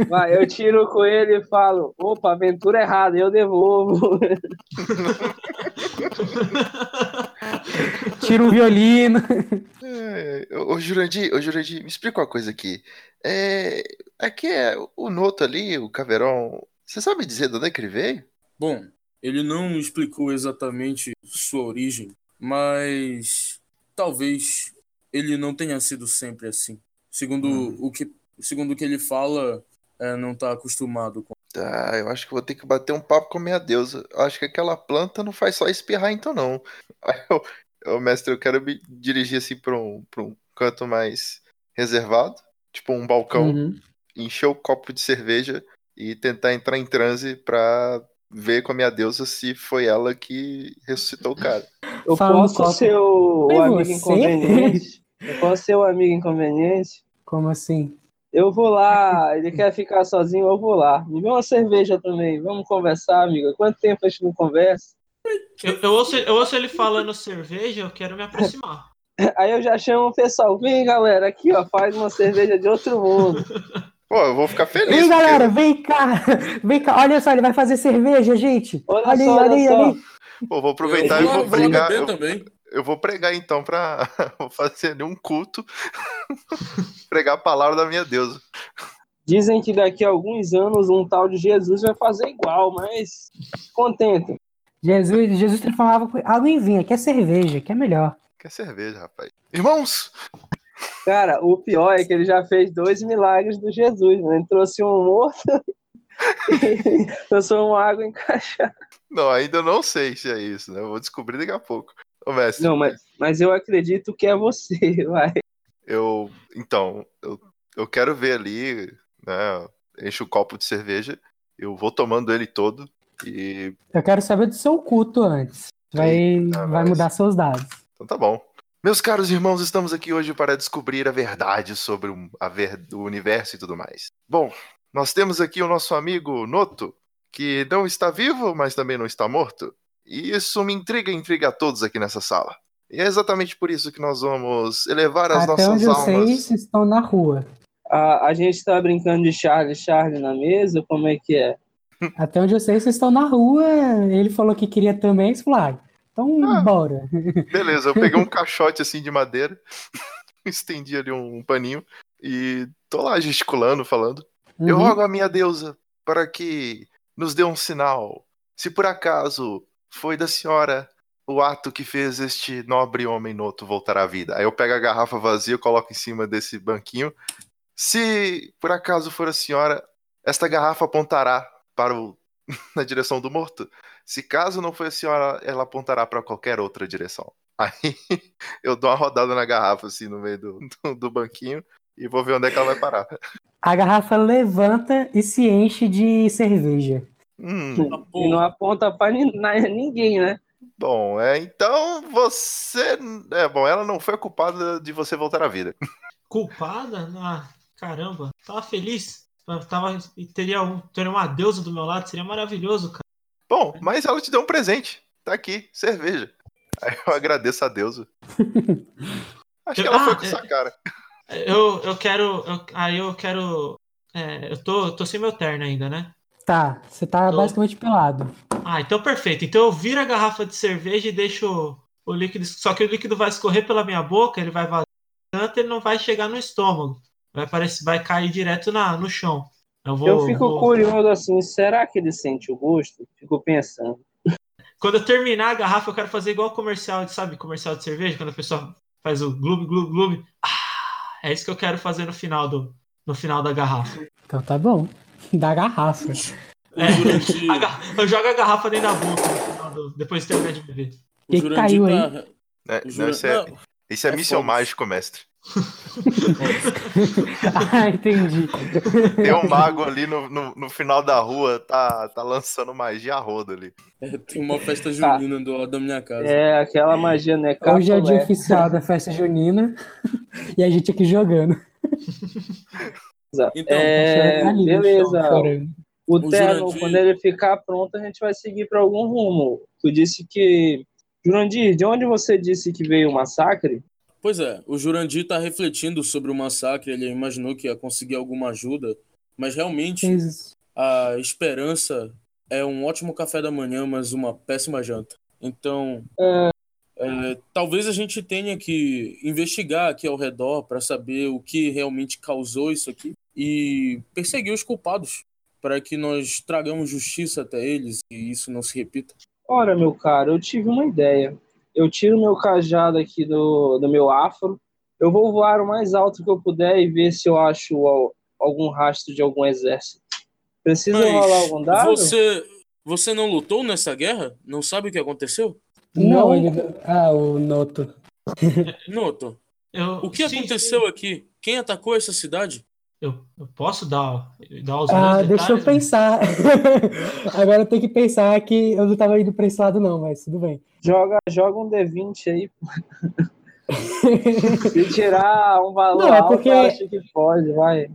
Vai, eu tiro o coelho e falo: opa, aventura errada, eu devolvo. tira um violino. É, ô ô, Jurandir, ô Jurandir, me explica uma coisa aqui. É, aqui é o Noto ali, o Caveirão. Você sabe dizer de onde é que ele veio? Bom, ele não explicou exatamente sua origem, mas talvez ele não tenha sido sempre assim. Segundo Uhum. o que, segundo o que ele fala, é, não está acostumado com. Tá, eu acho que vou ter que bater um papo com a minha deusa. Eu acho que aquela planta não faz só espirrar, então não. Aí eu, eu, mestre, eu quero me dirigir assim para um, pra um canto mais reservado, tipo um balcão, encher o copo de cerveja e tentar entrar em transe pra ver com a minha deusa se foi ela que ressuscitou o cara. Eu Fala no posso copo. ser o, o Mas amigo você? inconveniente? Eu posso ser o amigo inconveniente? Como assim? Eu vou lá, ele quer ficar sozinho, eu vou lá. Me dê uma cerveja também, vamos conversar, amigo. Quanto tempo a gente não conversa? Eu, eu ouço, eu ouço ele falando cerveja, eu quero me aproximar. Aí eu já chamo o pessoal, vem galera, aqui ó, faz uma cerveja de outro mundo. Pô, eu vou ficar É feliz. Ei, porque- galera, vem cá! Vem cá, olha só, ele vai fazer cerveja, gente! Olha Olha aí, só, olha aí, olha só. olha aí! Pô, vou aproveitar então. e eu vou vou, pregar. beber Eu, também. eu vou pregar então pra. Vou fazer ali um culto. pregar a palavra da minha deusa. Dizem que daqui a alguns anos um tal de Jesus vai fazer igual, mas contento. Jesus, Jesus transformava água em vinho, aqui é cerveja, que é melhor. Quer cerveja, rapaz. Irmãos! Cara, o pior é que ele já fez dois milagres do Jesus, né? Ele trouxe um morto e transformou água em cachaça. Não, ainda não sei se é isso, né? Eu vou descobrir daqui a pouco. Ô, mestre, Não, mas, mas eu acredito que é você, vai. eu. Então, eu, eu quero ver ali, né? Encho o copo de cerveja. Eu vou tomando ele todo. E. Eu quero saber do seu culto antes. Vai, Eita, vai nós. mudar seus dados. Então tá bom. Meus caros irmãos, estamos aqui hoje para descobrir a verdade sobre o, a ver- o universo e tudo mais. Bom, nós temos aqui o nosso amigo Noto, que não está vivo, mas também não está morto. E isso me intriga e intriga a todos aqui nessa sala. E é exatamente por isso que nós vamos elevar as Até onde nossas eu almas. sei, vocês estão na rua. A, a gente tá brincando de Charlie Charlie na mesa, como é que é? Até onde eu sei, vocês estão na rua. Ele falou que queria também, você falou, ah, então Ah. bora. Beleza, eu peguei um caixote assim de madeira, estendi ali um, um paninho e tô lá gesticulando, falando. Eu Uhum. rogo a minha deusa para que nos dê um sinal. Se por acaso foi da senhora o ato que fez este nobre homem noto voltar à vida. Aí eu pego a garrafa vazia, coloco em cima desse banquinho. Se por acaso for a senhora, esta garrafa apontará para o... na direção do morto. Se caso não for a senhora, ela apontará para qualquer outra direção. Aí eu dou uma rodada na garrafa, assim, no meio do, do, do banquinho, e vou ver onde é que ela vai parar. A garrafa levanta e se enche de cerveja. Hum, Ah, E não aponta pra nin- na- ninguém, né? bom, é, então você. É, bom, ela não foi culpada de você voltar à vida. Culpada? Ah, caramba, tava feliz. Eu Tava, e teria, um, teria uma deusa do meu lado, seria maravilhoso, cara. Bom, mas ela te deu um presente. Tá aqui, cerveja. Aí eu agradeço a deusa. Acho que ela foi com essa cara. Eu, eu quero. eu- aí eu quero. é, eu, tô, eu tô sem meu terno ainda, né? Tá, você tá Então- Tô. basicamente pelado. Ah, então perfeito. Então eu viro a garrafa de cerveja e deixo o, o líquido. Só que o líquido vai escorrer pela minha boca, ele vai vazar tanto, ele não vai chegar no estômago. Vai, parecer, vai cair direto na, no chão. Eu vou. eu fico vou- curioso assim, será que ele sente o gosto? Fico pensando. Quando eu terminar a garrafa, eu quero fazer igual comercial, de- sabe? Comercial de cerveja, quando a pessoa faz o glub, glub, glub. Ah, é isso que eu quero fazer no final do, no final da garrafa. Então tá bom. Da garrafa. É, Durante- a ga- eu jogo a garrafa dentro da boca no final do- depois de terminar de beber. Que que caiu aí? tá- né? o Não, Juran- isso é, Não, isso é, é míssil fogo. mágico, mestre. ah, entendi. Tem um mago ali no, no, no final da rua, tá, tá lançando magia a rodo ali. é, tem uma festa Tá. junina do lado da minha casa. É, aquela magia, né? Hoje é o dia Capulé. oficial da festa junina e a gente aqui jogando. Então, É, Tá ali no chão, beleza. chorando. O O terno, Jurandir- quando ele ficar pronto, a gente vai seguir para algum rumo. Tu disse que. Jurandir, de onde você disse que veio o massacre? Pois é, o Jurandir tá refletindo sobre o massacre, ele imaginou que ia conseguir alguma ajuda, mas realmente Jesus. a esperança é um ótimo café da manhã, mas uma péssima janta. Então, é, talvez a gente tenha que investigar aqui ao redor para saber o que realmente causou isso aqui e perseguir os culpados para que nós tragamos justiça até eles e isso não se repita. Ora, meu caro, eu tive uma ideia. Eu tiro meu cajado aqui do, do meu afro, eu vou voar o mais alto que eu puder e ver se eu acho al- algum rastro de algum exército. Precisa Mas rolar algum dado? Você, você não lutou nessa guerra? Não sabe o que aconteceu? Não, Não. ele. Ah, o Noto. Noto, Eu- o que sim, aconteceu sim. aqui? Quem atacou essa cidade? Eu, eu posso dar, dar os meus Ah, deixa eu detalhes? pensar. Agora eu tenho que pensar que eu não tava indo pra esse lado, não, mas tudo bem. Joga, joga um D20 aí. Se tirar um valor Não, é alto, porque- eu acho que pode, vai.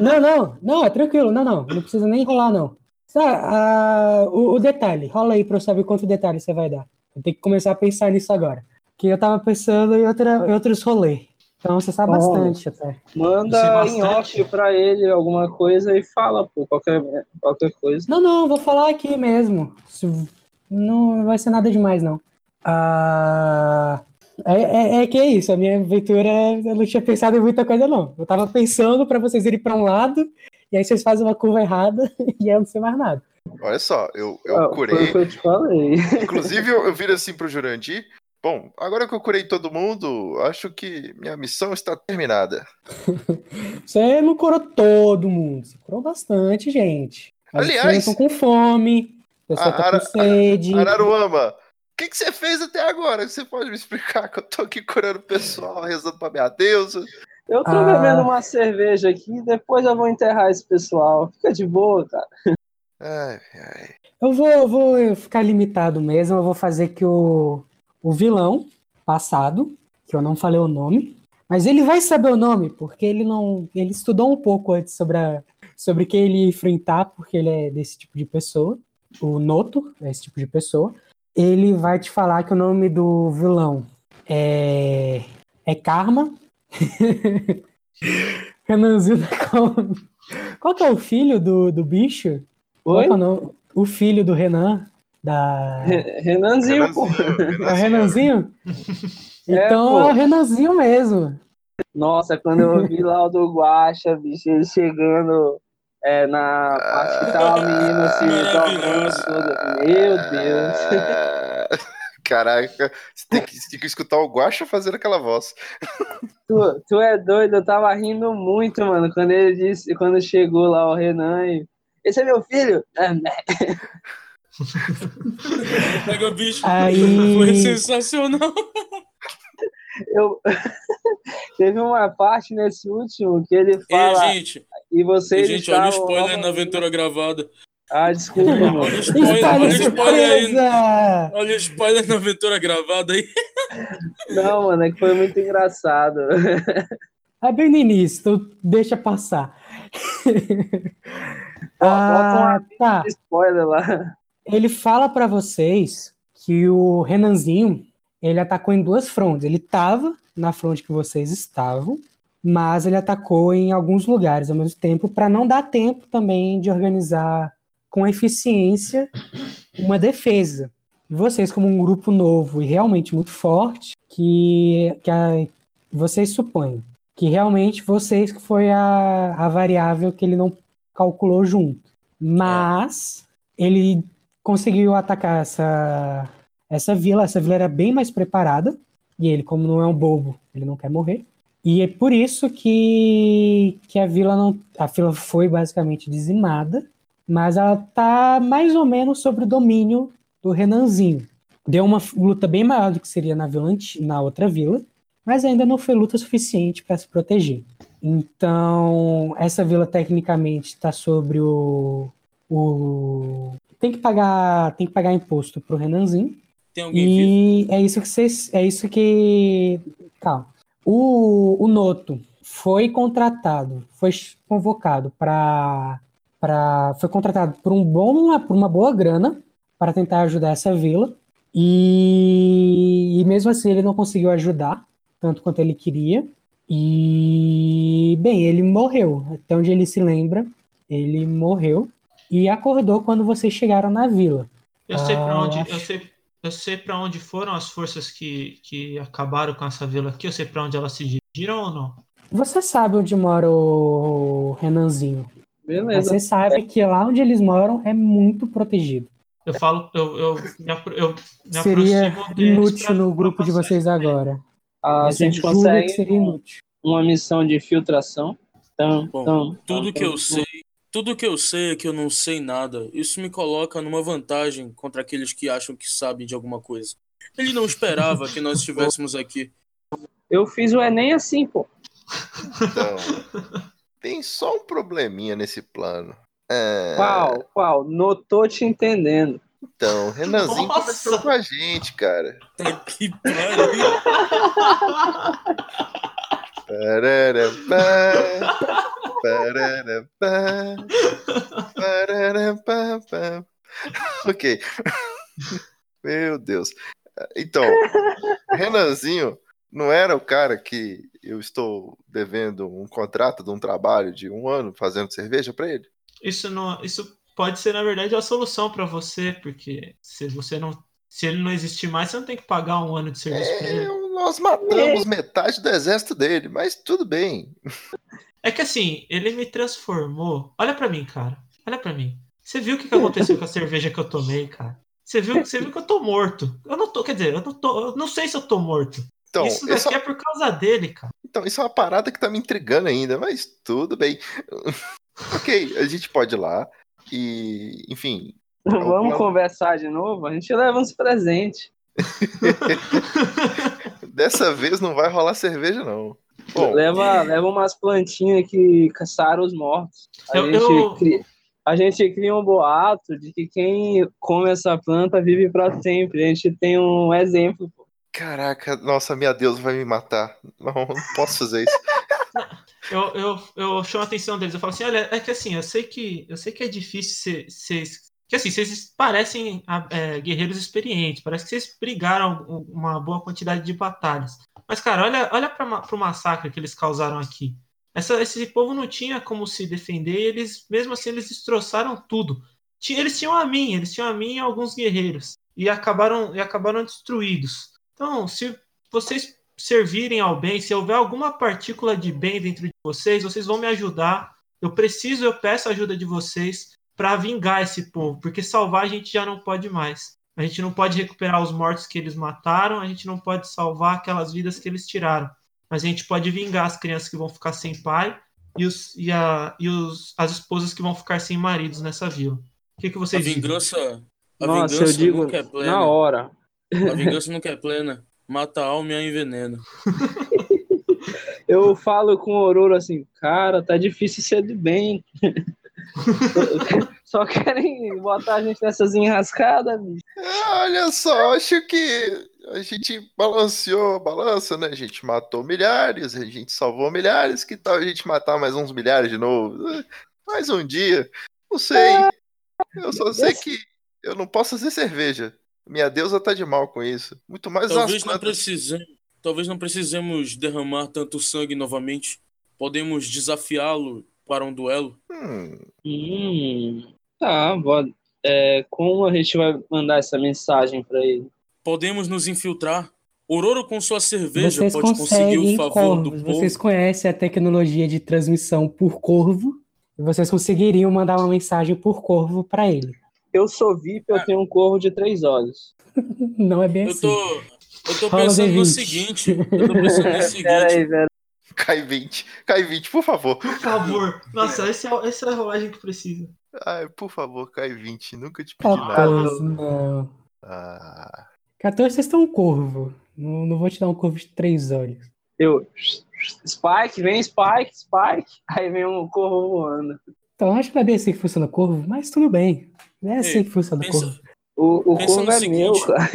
Não, não, não, é tranquilo, não, não. Não precisa nem rolar, não. Só, ah, o, o detalhe, rola aí pra eu saber quanto detalhe você vai dar. Eu tenho que começar a pensar nisso agora. Que eu tava pensando em, outra, em outros rolês. Então você sabe Rola. bastante até. Sei Manda bastante. em off pra ele alguma coisa e fala, pô, qualquer, qualquer coisa. Não, não, vou falar aqui mesmo. Isso Não, não vai ser nada demais, não. Ah, é, é- é que é isso, a minha aventura, eu não tinha pensado em muita coisa, não. Eu tava pensando pra vocês irem pra um lado, e aí vocês fazem uma curva errada, e eu não sei mais nada. Olha só, eu, eu Ah, Foi o curei. que eu te falei. Inclusive, eu, eu viro assim pro Jurandir. Bom, agora que eu curei todo mundo, acho que minha missão está terminada. Você não curou todo mundo, você curou bastante, gente. As Aliás- pessoas estão com fome, a pessoa A tá Ara- com sede. Araruama, o que, que você fez até agora? Você pode me explicar que eu tô aqui curando o pessoal, rezando pra minha deusa? Eu tô Ah. bebendo uma cerveja aqui, depois eu vou enterrar esse pessoal. Fica de boa, cara. Ai, ai. Eu vou, eu vou ficar limitado mesmo. Eu vou fazer que o, o vilão passado, que eu não falei o nome, mas ele vai saber o nome, porque ele não. Ele estudou um pouco antes sobre, a- sobre quem ele ia enfrentar, porque ele é desse tipo de pessoa. O Noto é esse tipo de pessoa. Ele vai te falar que o nome do vilão é. É Karma. Renanzinho da Cobra. Qual que é o filho do, do bicho? Qual Oi? que é o nome? O filho do Renan, da. Re- Renanzinho, pô. É o Renanzinho? É, Então é, pô. o Renanzinho mesmo. Nossa, quando eu vi lá o do Guaxa, bicho, ele chegando é, na Ah, assim, parte que tava a menina se Maravilhoso. dobrando toda. Meu Deus. Ah, Caraca, você tem que, você tem que escutar o Guaxa fazendo aquela voz. Tu, tu é doido, eu tava rindo muito, mano, quando ele disse, quando chegou lá o Renan e. Esse é meu filho? Pega o bicho. Aí- Foi sensacional. Eu... Teve uma parte nesse último que ele fala. tá E, gente, E e, vocês. gente, olha o estavam- spoiler na aventura gravada. Ah, desculpa, mano. Olha o spoiler, Spoiler olha o spoiler aí. surpresa! Olha o spoiler na aventura gravada aí. Não, mano, é que foi muito engraçado. É bem no início, então deixa passar. uma um ah, tá. Spoiler lá. Ele fala pra vocês que o Renanzinho ele atacou em duas frontes. Ele tava na fronte que vocês estavam, mas ele atacou em alguns lugares ao mesmo tempo para não dar tempo também de organizar com eficiência uma defesa. E vocês, como um grupo novo e realmente muito forte, que, que a- vocês supõem que realmente vocês que foi a, a variável que ele não calculou junto. Mas ele conseguiu atacar essa, essa vila. Essa vila era bem mais preparada. E ele, como não é um bobo, ele não quer morrer. E é por isso que, que a vila não. A vila foi basicamente dizimada. Mas ela tá mais ou menos sobre o domínio do Renanzinho. Deu uma f- luta bem maior do que seria na, vila, anti- na outra vila, mas ainda não foi luta suficiente para se proteger. Então, essa vila tecnicamente está sobre o, o tem que pagar tem que pagar imposto pro Renanzinho Tem alguém vivo? e é isso que vocês é isso que calma o, o Noto foi contratado foi ch- convocado para para foi contratado por um bom por uma boa grana para tentar ajudar essa vila e, e mesmo assim ele não conseguiu ajudar tanto quanto ele queria e bem ele morreu até onde ele se lembra ele morreu e acordou quando vocês chegaram na vila. Eu sei Ah, pra onde, eu acho- sei, eu sei para onde foram as forças que, que acabaram com essa vila aqui. Eu sei pra onde elas se dirigiram ou não? Você sabe onde mora o Renanzinho. Mas Beleza. você sabe que lá onde eles moram é muito protegido. Eu falo, eu, eu, me, apro- eu me Seria aproximo deles inútil pra- no pra grupo de passar. vocês agora. Ah, a Você gente julga é que consegue um- seria inútil. uma missão de filtração. Então, Bom, então Tudo que eu então, sei, tudo que eu sei é que eu não sei nada. Isso me coloca numa vantagem contra aqueles que acham que sabem de alguma coisa. Ele não esperava que nós estivéssemos aqui. Eu fiz o Enem assim, pô. Então, tem só um probleminha nesse plano. É, Qual? Qual? Não tô te entendendo. Então, Renanzinho Nossa! conversou com a gente, cara. Tá que pariu. Pararapá, pararapá, pararapá. Ok. Meu Deus. Então, Renanzinho não era o cara que eu estou devendo um contrato de um trabalho de um ano fazendo cerveja pra ele? Isso não, isso pode ser na verdade a solução pra você, porque se você não, se ele não existir mais, você não tem que pagar um ano de serviço pra É, ele. nós matamos metade do exército dele, mas tudo bem. É que assim, ele me transformou. Olha pra mim, cara. Olha pra mim. Você viu o que, que aconteceu com a cerveja que eu tomei, cara? Você viu, você viu que eu tô morto. Eu não tô, quer dizer, eu não tô, eu não sei se eu tô morto. Então, Isso esse daqui é por causa dele, cara. Então, isso é uma parada que tá me intrigando ainda, mas tudo bem. ok, a gente pode ir lá. E, enfim, Vamos não. conversar de novo? A gente leva uns presentes. dessa vez não vai rolar cerveja, não. Bom, Leva, leva umas plantinhas que caçaram os mortos. A, Eu- gente eu- Cria, a gente cria um boato de que quem come essa planta vive pra sempre. A gente tem um exemplo. pô. caraca, nossa, minha Deus, vai me matar. Não, não posso fazer isso. Eu, eu, eu chamo a atenção deles, eu falo assim, olha, é que assim, eu sei que eu sei que é difícil vocês. Que assim, vocês parecem ah, é, guerreiros experientes, parece que vocês brigaram um- uma boa quantidade de batalhas. Mas, cara, olha, olha para o massacre que eles causaram aqui. Essa- esse povo não tinha como se defender, e eles, mesmo assim, eles destroçaram tudo. Ti- Eles tinham a mim, eles tinham a mim e alguns guerreiros. E acabaram, e acabaram destruídos. Então, se vocês servirem ao bem, se houver alguma partícula de bem dentro de vocês, vocês vão me ajudar. Eu preciso, eu peço a ajuda de vocês para vingar esse povo, porque salvar a gente já não pode mais. A gente não pode recuperar os mortos que eles mataram, a gente não pode salvar aquelas vidas que eles tiraram. Mas a gente pode vingar as crianças que vão ficar sem pai e, os, e, a, e os, as esposas que vão ficar sem maridos nessa vila. O que, que A vocês dizem? vingança. A Nossa, eu vingança digo nunca é plena. na hora. A vingança nunca é plena. Mata a alma e a envenena. Eu falo com o Ororo assim, cara, tá difícil ser do bem. Só querem botar a gente nessas enrascadas, bicho. Olha só, acho que a gente balanceou a balança, né? A gente matou milhares, a gente salvou milhares. Que tal a gente matar mais uns milhares de novo? Eh, Mais um dia. Não sei. Eu só sei que eu não posso fazer cerveja. Minha deusa tá de mal com isso. Muito mais as Talvez não, plantas. precisemos, talvez não precisemos derramar tanto sangue novamente. Podemos desafiá-lo para um duelo. Hum, Hum, tá, bo- é, como a gente vai mandar essa mensagem pra ele? Podemos nos infiltrar. Ororo com sua cerveja Vocês pode conseguir o conseguem favor do corvos. povo. Vocês conhecem a tecnologia de transmissão por corvo. E vocês conseguiriam mandar uma mensagem por corvo pra ele. Eu sou VIP, Ah. eu tenho um corvo de três olhos. Não é bem Eu assim. tô, eu tô Rola pensando no D20. seguinte. Eu tô pensando no Pera seguinte. aí, velho. cai 20. Cai 20, por favor. Por favor. Nossa, essa é, essa é a rolagem que precisa. Ai, por favor, cai 20. Nunca te pedi nada. 14, não. Ah, 14, vocês estão um corvo. Não, não vou te dar um corvo de três olhos. Eu, Spike, vem Spike, Spike. Aí vem um corvo voando. Então, acho que não é bem assim que funciona o corvo, mas tudo bem. Não é assim Ei, que funciona o corvo. Pensa, O, o Pensa corvo no é seguinte. meu, cara.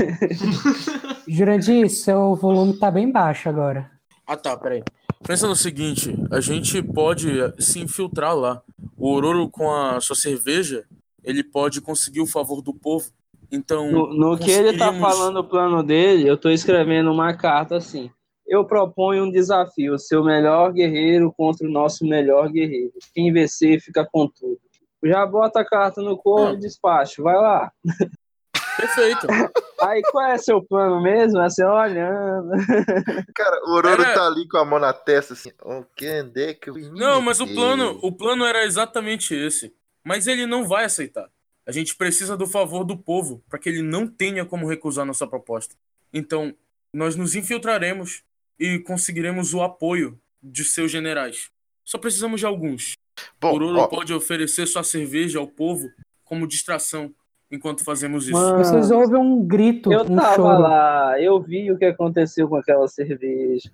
Jurandir, seu volume tá bem baixo agora. Ah tá, peraí. Pensa no seguinte, a gente pode eh, se infiltrar lá. O Ororo com a sua cerveja, ele pode conseguir o favor do povo. Então, No, no que ele tá conseguiríamos- falando o plano dele, eu tô escrevendo uma carta assim. Eu proponho um desafio, seu melhor guerreiro contra o nosso melhor guerreiro. Quem vencer fica com tudo. Já bota a carta no corpo e Hum. despacho, vai lá. Perfeito. Aí qual é seu plano mesmo? É você olhando. cara, o Ororo Era- tá ali com a mão na testa assim. O que é que eu Não, mas o plano, o plano era exatamente esse. Mas ele não vai aceitar. A gente precisa do favor do povo para que ele não tenha como recusar nossa proposta. Então, nós nos infiltraremos e conseguiremos o apoio de seus generais. Só precisamos de alguns. Bom, Ororo ó, pode oferecer sua cerveja ao povo como distração enquanto fazemos isso. Mano, Vocês ouvem um grito, Ah. eu um tava choro. lá, eu vi o que aconteceu com aquela cerveja.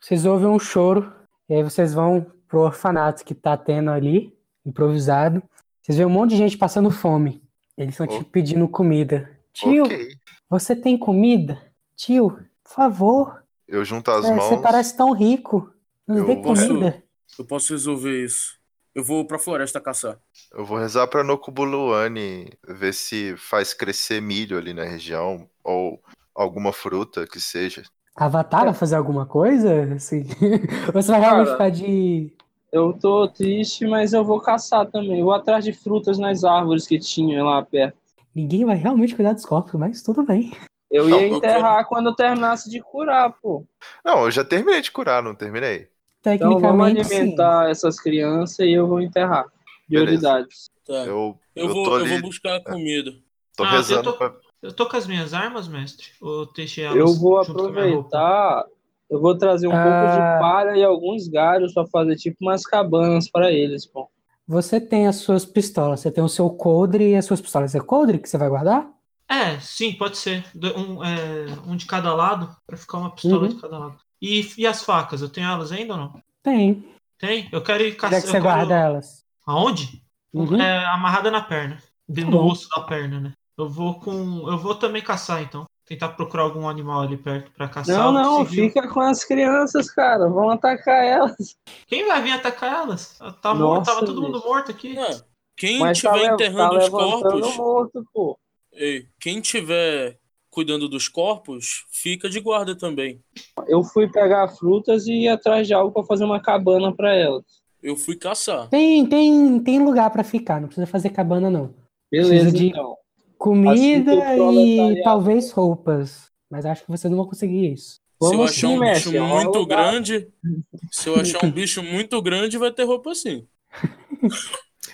Vocês ouvem um choro, e aí vocês vão pro orfanato que tá tendo ali, improvisado. Vocês veem um monte de gente passando fome. Eles estão te Oh. pedindo comida. Tio, ok. você tem comida? Tio, por favor, Eu junto as é, mãos. você parece tão rico. Nos Eu dê posso- comida. Eu posso resolver isso. Eu vou pra floresta caçar. Eu vou rezar pra Nokubuluane ver se faz crescer milho ali na região ou alguma fruta que seja. Avatar É. vai fazer alguma coisa? Assim, você vai realmente Cara. ficar de. Eu tô triste, mas eu vou caçar também. Vou atrás de frutas nas árvores que tinha lá perto. Ninguém vai realmente cuidar dos corpos, mas tudo bem. Eu Não, ia eu enterrar quando eu terminasse de curar, pô. Não, eu já terminei de curar, não terminei. Então vamos Tecnicamente, sim. alimentar essas crianças e eu vou enterrar. Prioridades. Tá. Eu, Eu, eu, vou, tô eu ali, É. vou buscar comida. tô Ah, eu rezando tô- pra. Eu tô com as minhas armas, mestre? Ou deixei elas Eu vou junto com a minha roupa? aproveitar, eu vou trazer um pouco Ah. de palha e alguns galhos pra fazer tipo umas cabanas pra eles, pô. Você tem as suas pistolas, você tem o seu coldre e as suas pistolas. É coldre que você vai guardar? É, sim, pode ser. Do- Um, é, um de cada lado, pra ficar uma pistola Uhum. de cada lado. E, e as facas, eu tenho elas ainda ou não? Tem. Tem? Eu quero ir Onde caçar. é que você guarda elas? Aonde? Uhum. É, amarrada na perna. Dentro Tá do bom. osso da perna, né? Eu vou com. Eu vou também caçar, então. Tentar procurar algum animal ali perto pra caçar. Não, Eu não, consegui. fica com as crianças, cara. Vão atacar elas. Quem vai vir atacar elas? Tá morto, Nossa, tava todo mundo gente. morto aqui. Ah, quem Mas tá, tiver le- tá enterrando os levantando corpos, morto, pô. ei, quem tiver cuidando dos corpos, fica de guarda também. Eu fui pegar frutas e ir atrás de algo pra fazer uma cabana pra elas. Eu fui caçar. Tem, tem, tem lugar pra ficar, não precisa fazer cabana, não. Beleza, de- então. Comida Assim que o e proletariado- talvez roupas. Mas acho que vocês não vão conseguir isso. Se eu Vamos achar sim, um bicho mestre, é um muito lugar. grande, se eu achar um bicho muito grande, vai ter roupa assim.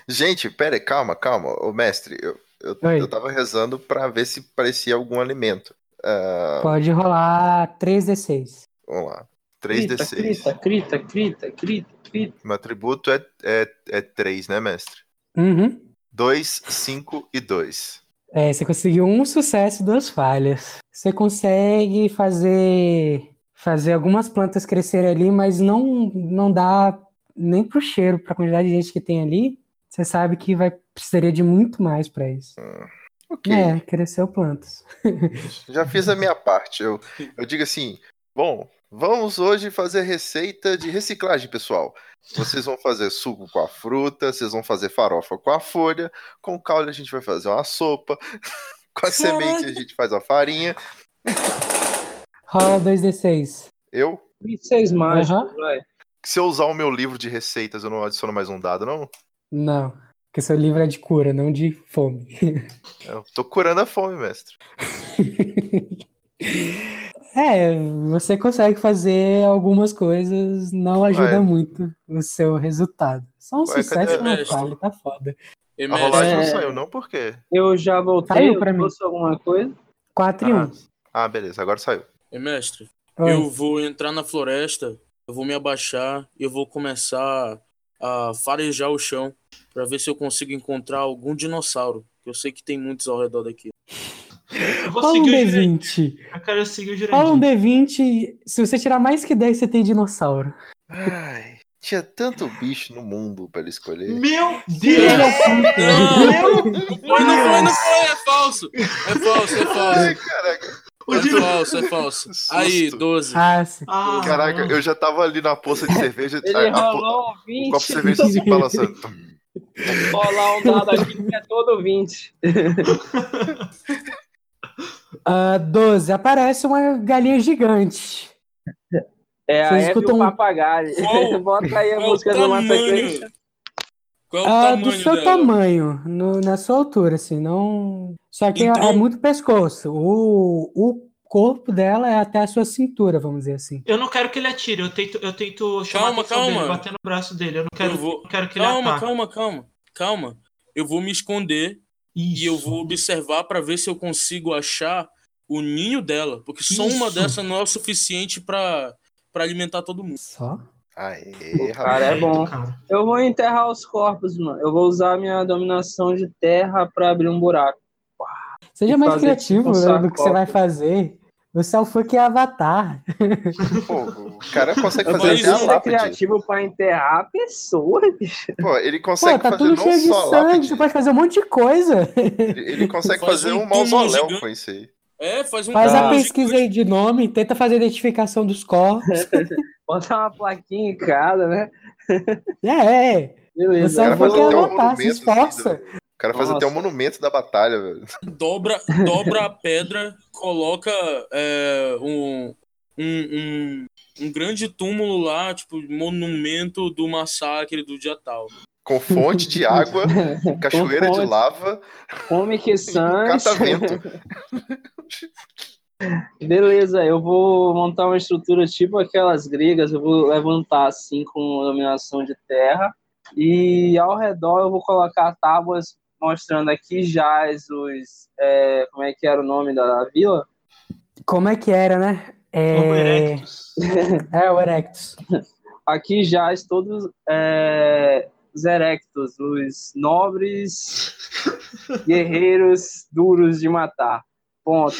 Gente, pera aí, calma, calma. Ô mestre, eu, Eu, Oi. eu tava rezando pra ver se parecia algum alimento. Ah, Pode rolar 3d6. vamos lá. Crita, 3D6. crita, crita, crita, crita, crita. Meu atributo é, é, é 3, né, mestre? Uhum. 2, 5 e 2. É, você conseguiu um sucesso e duas falhas. Você consegue fazer fazer algumas plantas crescerem ali, mas não não dá nem pro cheiro, pra quantidade de gente que tem ali. Você sabe que vai precisaria de muito mais pra isso. Ok. É, cresceu plantas. Já fiz a minha parte. Eu, eu digo assim: bom, vamos hoje fazer receita de reciclagem, pessoal. Vocês vão fazer suco com a fruta, vocês vão fazer farofa com a folha, com o caule a gente vai fazer uma sopa, com a semente a gente faz a farinha. Rola 2d6. Eu, 26 mágicos, Aham. vai. se eu usar o meu livro de receitas, eu não adiciono mais um dado, não? Não, porque seu livro é de cura, não de fome. Eu tô curando a fome, mestre. É, você consegue fazer algumas coisas, não ajuda Ué. muito o seu resultado. Só um Ué, cadê sucesso o e uma resto? falha, tá foda. E, A mestre, rolagem não É. saiu, não? Por quê? Eu já voltei, Saiu eu pra mim. trouxe alguma coisa. 4 e 1. Ah, beleza, agora saiu. e, mestre, Oi. eu vou entrar na floresta, eu vou me abaixar e eu vou começar a farejar o chão pra ver se eu consigo encontrar algum dinossauro. que Eu sei que tem muitos ao redor daqui. Eu vou Rola um seguir o Jurandir. D20. Eu quero seguir o Rola um Jurandir. D20. Se você tirar mais que 10, você tem dinossauro. Ai, tinha tanto bicho no mundo pra ele escolher. Meu Filha Deus! da puta. Meu Foi, não foi, não foi, é falso! É falso, é falso. Ai, caraca. O É Dino- falso, é falso. Susto. Aí, 12. Ah, sim. Ah, Caraca, não. eu já tava ali na poça de cerveja. Ele a- a po- rolou um o 20, copo de cerveja se balançando. rolar um dado aqui que é todo 20. Ah, 12. Aparece uma galinha gigante. É Vocês a Hebe e escutam o um- papagaio. Qual- Bota aí a Qual é o música do tamanho? Massacre. Qual é o Ah, tamanho do seu dela? tamanho, no- na sua altura, assim, não. Só que é- Então- é muito pescoço. O, o corpo dela é até a sua cintura, vamos dizer assim. Eu não quero que ele atire, eu tento, eu tento chamar Calma, a atenção calma. dele, bater no braço dele. Eu não quero, Eu vou- não quero que ele Calma, ataque. calma, calma, calma. Eu vou me esconder Isso. e eu vou observar pra ver se eu consigo achar o ninho dela, porque só uma Isso. dessa não é o suficiente pra para alimentar todo mundo. Só. Aê, O cara é rapaz. bom. Cara. Eu vou enterrar os corpos, mano. Eu vou usar a minha dominação de terra pra abrir um buraco. Seja E mais fazer criativo tipo um né, do que você vai sarcófago. fazer. Você é o funk avatar. Pô, o cara consegue Eu fazer falei até a isso, Ser lápide. criativo pra enterrar a pessoa, bicho. Pô, ele Pô, consegue tá fazer tudo não cheio de só sangue, você lápide. pode fazer um monte de coisa. Ele, ele consegue Faz fazer um um túmulo mausoléu gigante. com isso aí. É, faz um Faz Ah. a túmulo pesquisa aí de nome, tenta fazer a identificação dos corpos. Botar uma plaquinha em cada, né? É, é. Você Beleza. O é cara um faz funk até um avatar, se monumento, esforça. assim, O cara faz até um Nossa. monumento da batalha, velho. gigante, dobra, dobra a pedra, coloca é, um, um, um, um grande túmulo lá, tipo, monumento do massacre do dia tal. Com fonte de água, cachoeira de fonte. lava, Come que tá sans. catavento. Beleza, eu vou montar uma estrutura tipo aquelas gregas, eu vou levantar assim com iluminação de terra e ao redor eu vou colocar tábuas mostrando aqui jaz os... é, como é que era o nome da vila? Como é que era, né? Homo É, erectus. é o Erectus. Aqui jaz todos é, os erectos, os nobres guerreiros duros de matar. Ponto.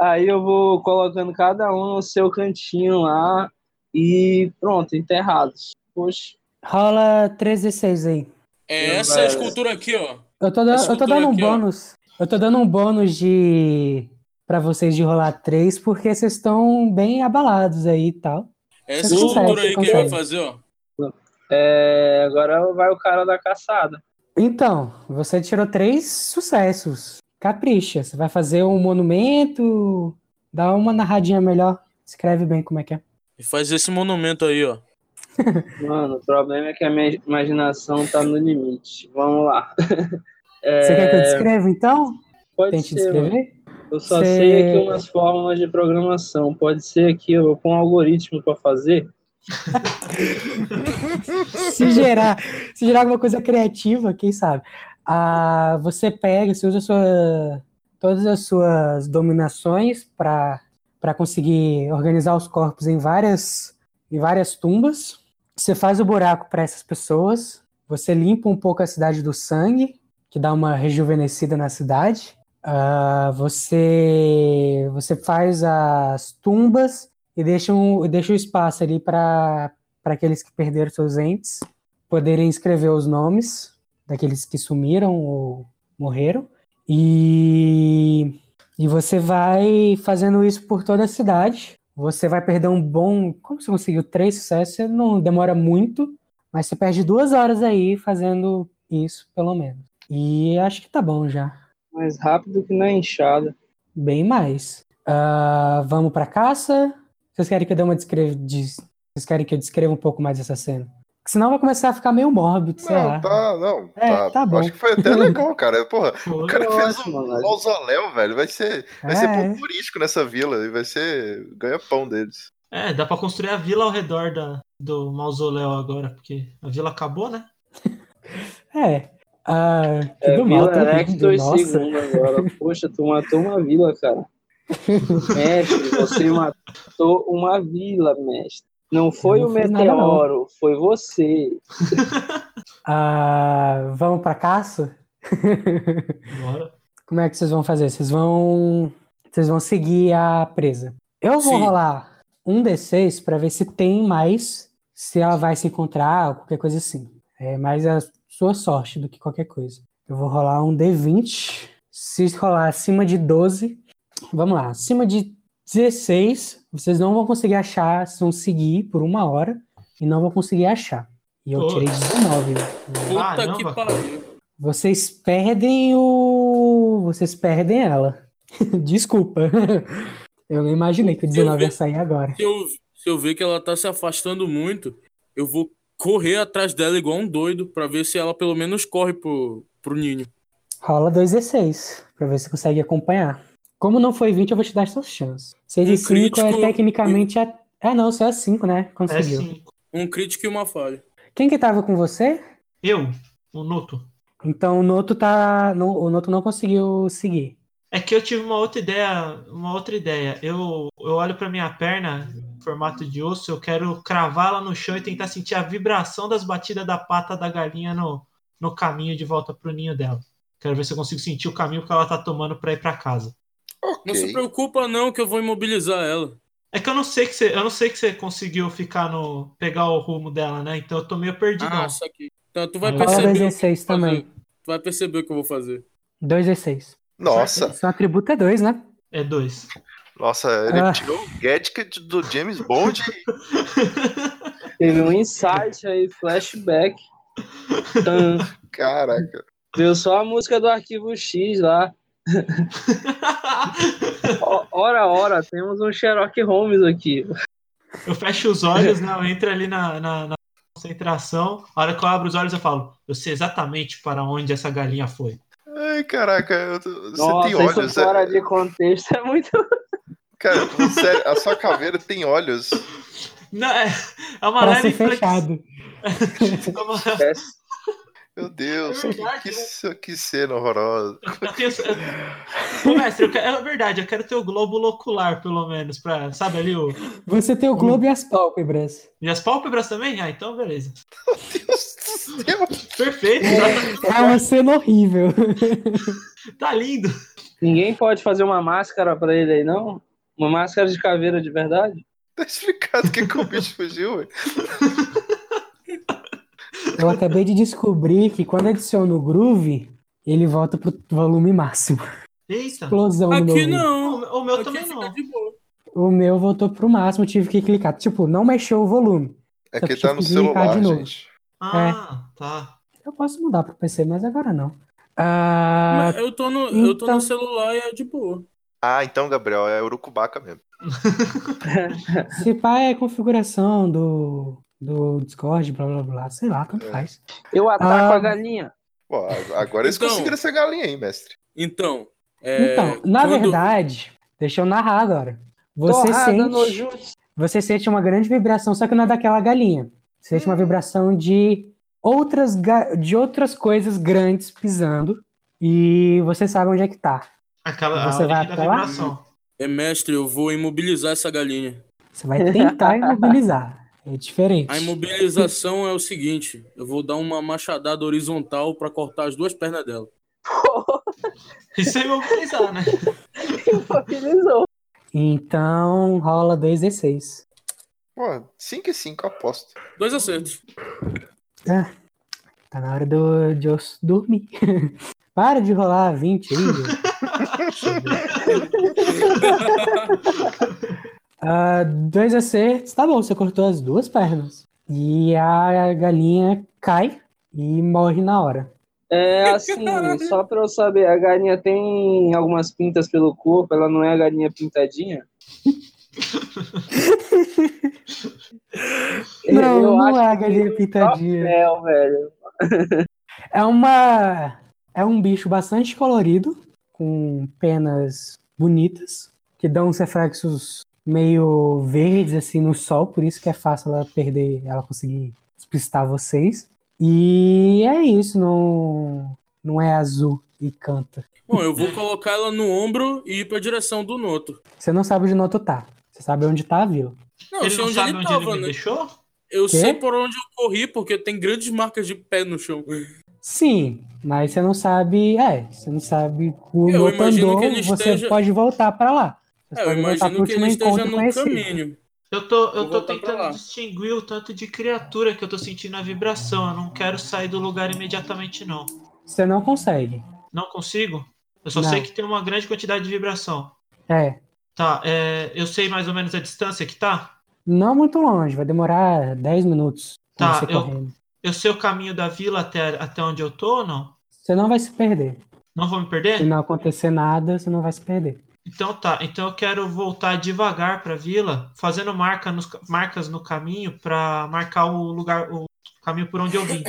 Aí eu vou colocando cada um no seu cantinho lá e pronto, enterrados. Poxa, Rola 3d6 aí. É Meu essa Deus. escultura aqui, ó. Eu tô, dando, Essa eu tô cultura dando um aqui, ó. bônus. Eu tô dando um bônus de. Pra vocês de rolar três, porque vocês estão bem abalados aí e tal. É Essa Você consegue, escultura aí você que ele vai consegue. fazer, ó. é, agora vai o cara da caçada. Então, você tirou três sucessos. Capricha. Você vai fazer um monumento. Dá uma narradinha melhor. Escreve bem como é que é. E faz esse monumento aí, ó. Mano, o problema é que a minha imaginação tá no limite. Vamos lá. É, Você quer que eu descreva então? pode Tente ser, mano. descrever? Eu só Cê- sei aqui umas fórmulas de programação. Pode ser aqui, eu vou pôr um algoritmo pra fazer. Se gerar, se gerar alguma coisa criativa, quem sabe? Ah, você pega, você usa sua, todas as suas dominações para conseguir organizar os corpos em várias, em várias tumbas. Você faz o buraco para essas pessoas. Você limpa um pouco a cidade do sangue, que dá uma rejuvenescida na cidade. Ah, você, você faz as tumbas e deixa, um, deixa o espaço ali para aqueles que perderam seus entes poderem escrever os nomes daqueles que sumiram ou morreram. E, e você vai fazendo isso por toda a cidade. Você vai perder um bom. Como você conseguiu três sucessos? Você não demora muito, mas você perde duas horas aí fazendo isso, pelo menos. E acho que tá bom já. Mais rápido que na enxada. Bem mais. Ah, vamos pra caça? Vocês querem que eu dê uma descre... des- Vocês querem que eu descreva um pouco mais essa cena? Porque senão vai começar a ficar meio mórbido, sei lá. Não, tá, não. É, tá bom. Acho que foi até legal, cara. Porra, Pô, o cara Foi fez um ótimo, velho. mausoléu, velho. Vai ser, vai ser É. ponto turístico nessa vila e vai ser ganha-pão deles. É, dá pra construir a vila ao redor da, do mausoléu agora, porque a vila acabou, né? É. Ah, É, tudo mal, Vila tá Erex lindo, 2 nossa. segundos agora. Poxa, tu matou uma vila, cara. mestre, você matou uma vila, mestre. Não foi Eu não o fiz nada, meteoro, foi você. Ah, vamos pra caça? Agora. Como é que vocês vão fazer? Vocês vão. Vocês vão seguir a presa. Eu vou Sim. rolar um D6 pra ver se tem mais, se ela vai se encontrar, ou qualquer coisa assim. É mais a sua sorte do que qualquer coisa. Eu vou rolar um D20. Se rolar acima de 12, vamos lá, acima de 16, vocês não vão conseguir achar, vocês vão seguir por uma hora e não vão conseguir achar. E eu Pô. tirei 19. né? Puta que Caramba. pariu. Vocês perdem o. Vocês perdem ela. Desculpa. Eu não imaginei que o 19 ia sair agora. Se eu, se eu ver que ela tá se afastando muito, eu vou correr atrás dela igual um doido pra ver se ela pelo menos corre pro, pro ninho. Rola 2d6, pra ver se consegue acompanhar. Como não foi 20, eu vou te dar suas chances. 6 e Um 5 é crítico. tecnicamente a. Ah, não, só é 5, né? É Conseguiu. cinco. Um crítico e uma falha. Quem que tava com você? Eu, o Nuto. Então o Noto tá. não- O Noto não conseguiu seguir. É que eu tive uma outra ideia, uma outra ideia. Eu, eu olho pra minha perna, em formato de osso, eu quero cravá-la no chão e tentar sentir a vibração das batidas da pata da galinha no, no caminho de volta pro ninho dela. Quero ver se eu consigo sentir o caminho que ela tá tomando pra ir pra casa. Ok. Não se preocupa não que eu vou imobilizar ela. É que eu não sei que você, eu não sei que você conseguiu ficar no pegar o rumo dela, né? Então eu tô meio perdido. Ah, isso aqui. Então tu vai Rola Rola perceber. o que eu 2d6 vou fazer. também. Tu vai perceber o que eu vou fazer. 2d6. Nossa, Seu atributo é 2, né? É dois. nossa, ele Ah. tirou o gadget do James Bond. Teve um insight aí, flashback. Tan. Caraca. Veio só a música do arquivo X lá. O- Ora, ora, temos um Sherlock Holmes aqui. Eu fecho os olhos, né? Eu entro ali na, na- na concentração. A hora que eu abro os olhos, eu falo, eu sei exatamente para onde essa galinha foi. Ai, caraca, eu tô- você Nossa, tem isso olhos. fora é- de contexto é muito. Cara, sério, a sua caveira tem olhos. Não, é, é uma Pra ser leve flex- fechado. é uma- Meu Deus, É que, verdade, que, né? ce- que cena horrorosa. eu tenho- Ô, mestre, eu quero- é verdade, eu quero ter o globo ocular, pelo menos, pra, sabe ali o. Você tem o globo e as pálpebras. E as pálpebras também? Ah, então beleza. Meu Deus do céu. Perfeito, exatamente. É uma cena horrível. tá lindo. Ninguém pode fazer uma máscara pra ele aí, não? Uma máscara de caveira de verdade? Tá explicado o que, que o bicho fugiu, velho. Eu acabei de descobrir que quando adiciono o groove, ele volta pro volume máximo. Eita. Explosão no meu Aqui ouvido. O, não. o meu Aqui também fica não. de boa. O meu voltou pro máximo, tive que clicar. Tipo, não mexeu o volume. É Só que que tá no tive que limpar celular, de novo. gente. É. Ah, tá. Eu posso mudar pro PC, mas agora não. Ah, Mas eu tô no, eu tô então. no celular e é de boa. Ah, então, Gabriel, é urucubaca mesmo. se pá é configuração do, do Discord, blá blá blá, sei lá, tanto É. faz. Eu ataco Ah. a galinha. Pô, a- agora eles Então- conseguiram essa galinha aí, mestre. Então, é, Então, na quando- verdade, deixa eu narrar agora. Você Torrada sente. no jutsu. Você sente uma grande vibração, só que não é daquela galinha. Você sente uma vibração de outras ga- de outras coisas grandes pisando e você sabe onde é que tá. Aquela a Você vai origem da até lá? vibração. É, mestre, eu vou imobilizar essa galinha. Você vai tentar imobilizar. É diferente. A imobilização é o seguinte: eu vou dar uma machadada horizontal pra cortar as duas pernas dela. Isso é imobilizar, né? Imobilizou. Então rola 2d6. Pô, 5 e 5, aposto. Dois acertos. Tá na hora do, de eu s- dormir. Para de rolar 20 aí. Uh, dois acertos. Tá bom, você cortou as duas pernas. E a galinha cai e morre na hora. É assim, só pra eu saber, a galinha tem algumas pintas pelo corpo, ela não é a galinha pintadinha? Não, eu não acho é a que galinha pintadinha. Papel, velho. É uma. É um bicho bastante colorido, com penas bonitas, que dão uns reflexos meio verdes assim no sol, por isso que é fácil ela perder, ela conseguir despistar vocês. E é isso, não, não é azul e canta. Bom, eu vou colocar ela no ombro e ir pra direção do Noto. Você não sabe onde Noto tá. Você sabe onde tá a vila. Não, eu ele sei não onde sabe ele onde tava, ele me né? deixou? Eu Quê? sei por onde eu corri, porque tem grandes marcas de pé no chão. Sim, mas você não sabe. É, você não sabe o Eu Noto imagino andou, que ele você esteja- pode voltar pra lá. Você É, eu pode voltar pro imagino que último ele esteja tá encontro no conhecido. caminho. Eu tô, Vou eu tô voltar pra tentando lá. distinguir o tanto de criatura que eu tô sentindo a vibração. Eu não quero sair do lugar imediatamente, não. Você não consegue. Não consigo? Eu só Não. sei que tem uma grande quantidade de vibração. É, Tá, é, eu sei mais ou menos a distância que tá? não muito longe, vai demorar 10 minutos pra Tá, você eu- correndo. Eu sei o caminho da vila até, até onde eu tô ou não? Você não vai se perder. Não vou me Se perder? não acontecer nada, você não vai se perder. Então tá, então eu quero voltar devagar pra vila, fazendo marca nos, marcas no caminho pra marcar o lugar, o caminho por onde eu vim.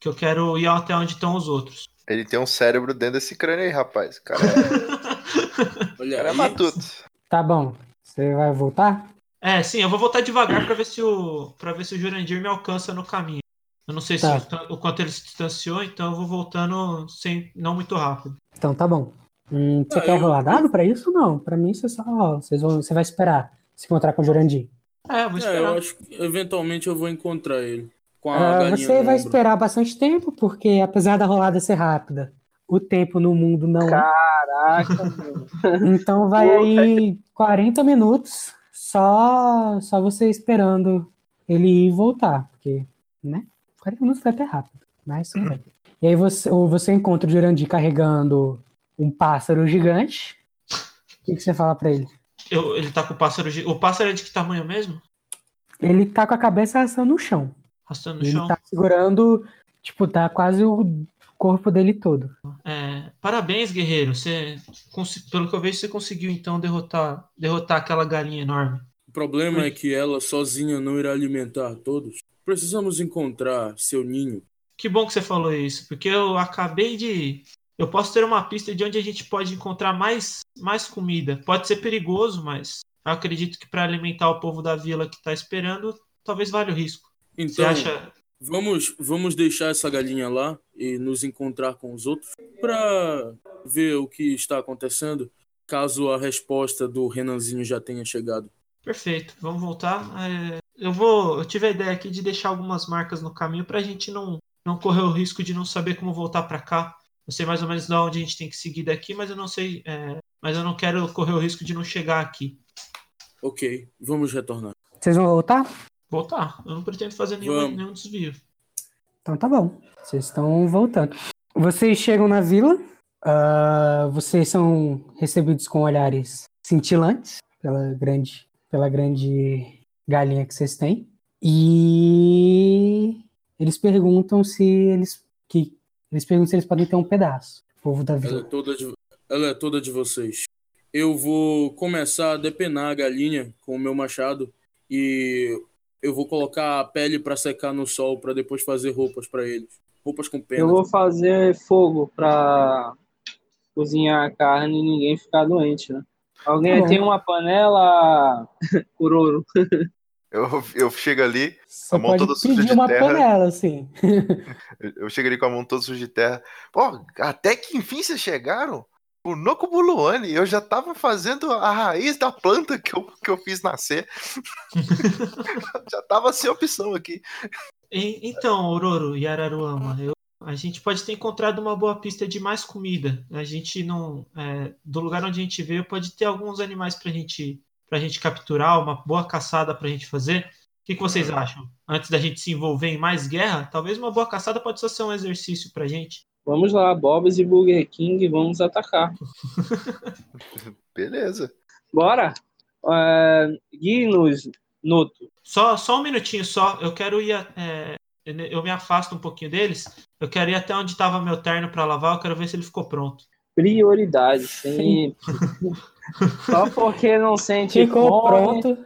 Que eu quero ir até onde estão os outros. Ele tem um cérebro dentro desse crânio aí, rapaz. O Cara, o Olha cara é aí. matuto. Tá bom. Você vai voltar? É, sim, eu vou voltar devagar pra ver se o para ver se o Jurandir me alcança no caminho. Eu não sei se Tá. o tan- o quanto ele se distanciou, então eu vou voltando sem não muito rápido. Então tá bom. Hum, você Ah, quer eu- rolar dado pra isso? Não. Pra mim, você só. Vocês vão... Você vai esperar se encontrar com o Jurandir. É, eu vou É, eu esperar. acho que eventualmente eu vou encontrar ele. Com a Ah, galinha você no ombro. vai esperar bastante tempo, porque apesar da rolada ser rápida, o tempo no mundo não é. Caraca, mano. Então vai aí 40 minutos só só você esperando ele ir e voltar, porque, né? 40 minutos vai até rápido, mas tudo bem. E aí você, ou você encontra o Jurandir carregando um pássaro gigante. O que, que você fala pra ele? Eu- ele tá com o pássaro. gi- O pássaro é de que tamanho mesmo? Ele tá com a cabeça assando no chão. Rastando no Ele chão. tá segurando, tipo, tá quase o corpo dele todo. É, parabéns, guerreiro. Você, cons- pelo que eu vejo, você conseguiu então derrotar derrotar aquela galinha enorme. O problema é que ela sozinha não irá alimentar todos. Precisamos encontrar seu ninho. Que bom que você falou isso, porque eu acabei de. Eu posso ter uma pista de onde a gente pode encontrar mais, mais comida. Pode ser perigoso, mas eu acredito que para alimentar o povo da vila que tá esperando, talvez valha o risco. Você Então, acha. vamos, vamos deixar essa galinha lá e nos encontrar com os outros para ver o que está acontecendo, caso a resposta do Renanzinho já tenha chegado. Perfeito, vamos voltar. É, eu vou. Eu tive a ideia aqui de deixar algumas marcas no caminho pra gente não, não correr o risco de não saber como voltar pra cá. Eu sei mais ou menos de onde a gente tem que seguir daqui, mas eu não sei. é, mas eu não quero correr o risco de não chegar aqui. Ok, vamos retornar. Vocês vão voltar? Voltar. Eu não pretendo fazer nenhuma, Vamos. nenhum desvio. Então tá bom. Vocês estão voltando. Vocês chegam na vila. ah, vocês são recebidos com olhares cintilantes pela grande, pela grande galinha que vocês têm. E eles perguntam se eles que eles perguntam se eles podem ter um pedaço. O povo da Ela é vila. toda de, ela é toda de vocês. Eu vou começar a depenar a galinha com o meu machado e eu vou colocar a pele para secar no sol para depois fazer roupas para eles. Roupas com Eu pena. vou fazer fogo pra cozinhar a carne e ninguém É. ficar doente, né? Alguém Tá bom. tem uma panela, Curoro? Eu, eu chego ali, Você A mão toda pode suja pedir de uma terra. panela, assim. eu eu chego ali com a mão toda suja de terra. Pô, até que enfim vocês chegaram. O Nokubuluane, eu já tava fazendo a raiz da planta que eu, que eu fiz nascer. já tava sem opção aqui. E- então, Ororo e Araruama, eu- a gente pode ter encontrado uma boa pista de mais comida. A gente não. é, do lugar onde a gente veio, pode ter alguns animais pra gente, pra gente capturar, uma boa caçada pra gente fazer. O que, que vocês acham? Antes da gente se envolver em mais guerra, talvez uma boa caçada pode só ser um exercício pra gente. Vamos lá, Bob's e Burger King, vamos atacar. Beleza. Bora! É, Guinos, Noto. Só, só um minutinho só. Eu quero ir. a- é, eu me afasto um pouquinho deles. Eu quero ir até onde estava meu terno para lavar. Eu quero ver se ele ficou pronto. Prioridade, sempre. Só porque não sente Ficou fome, pronto.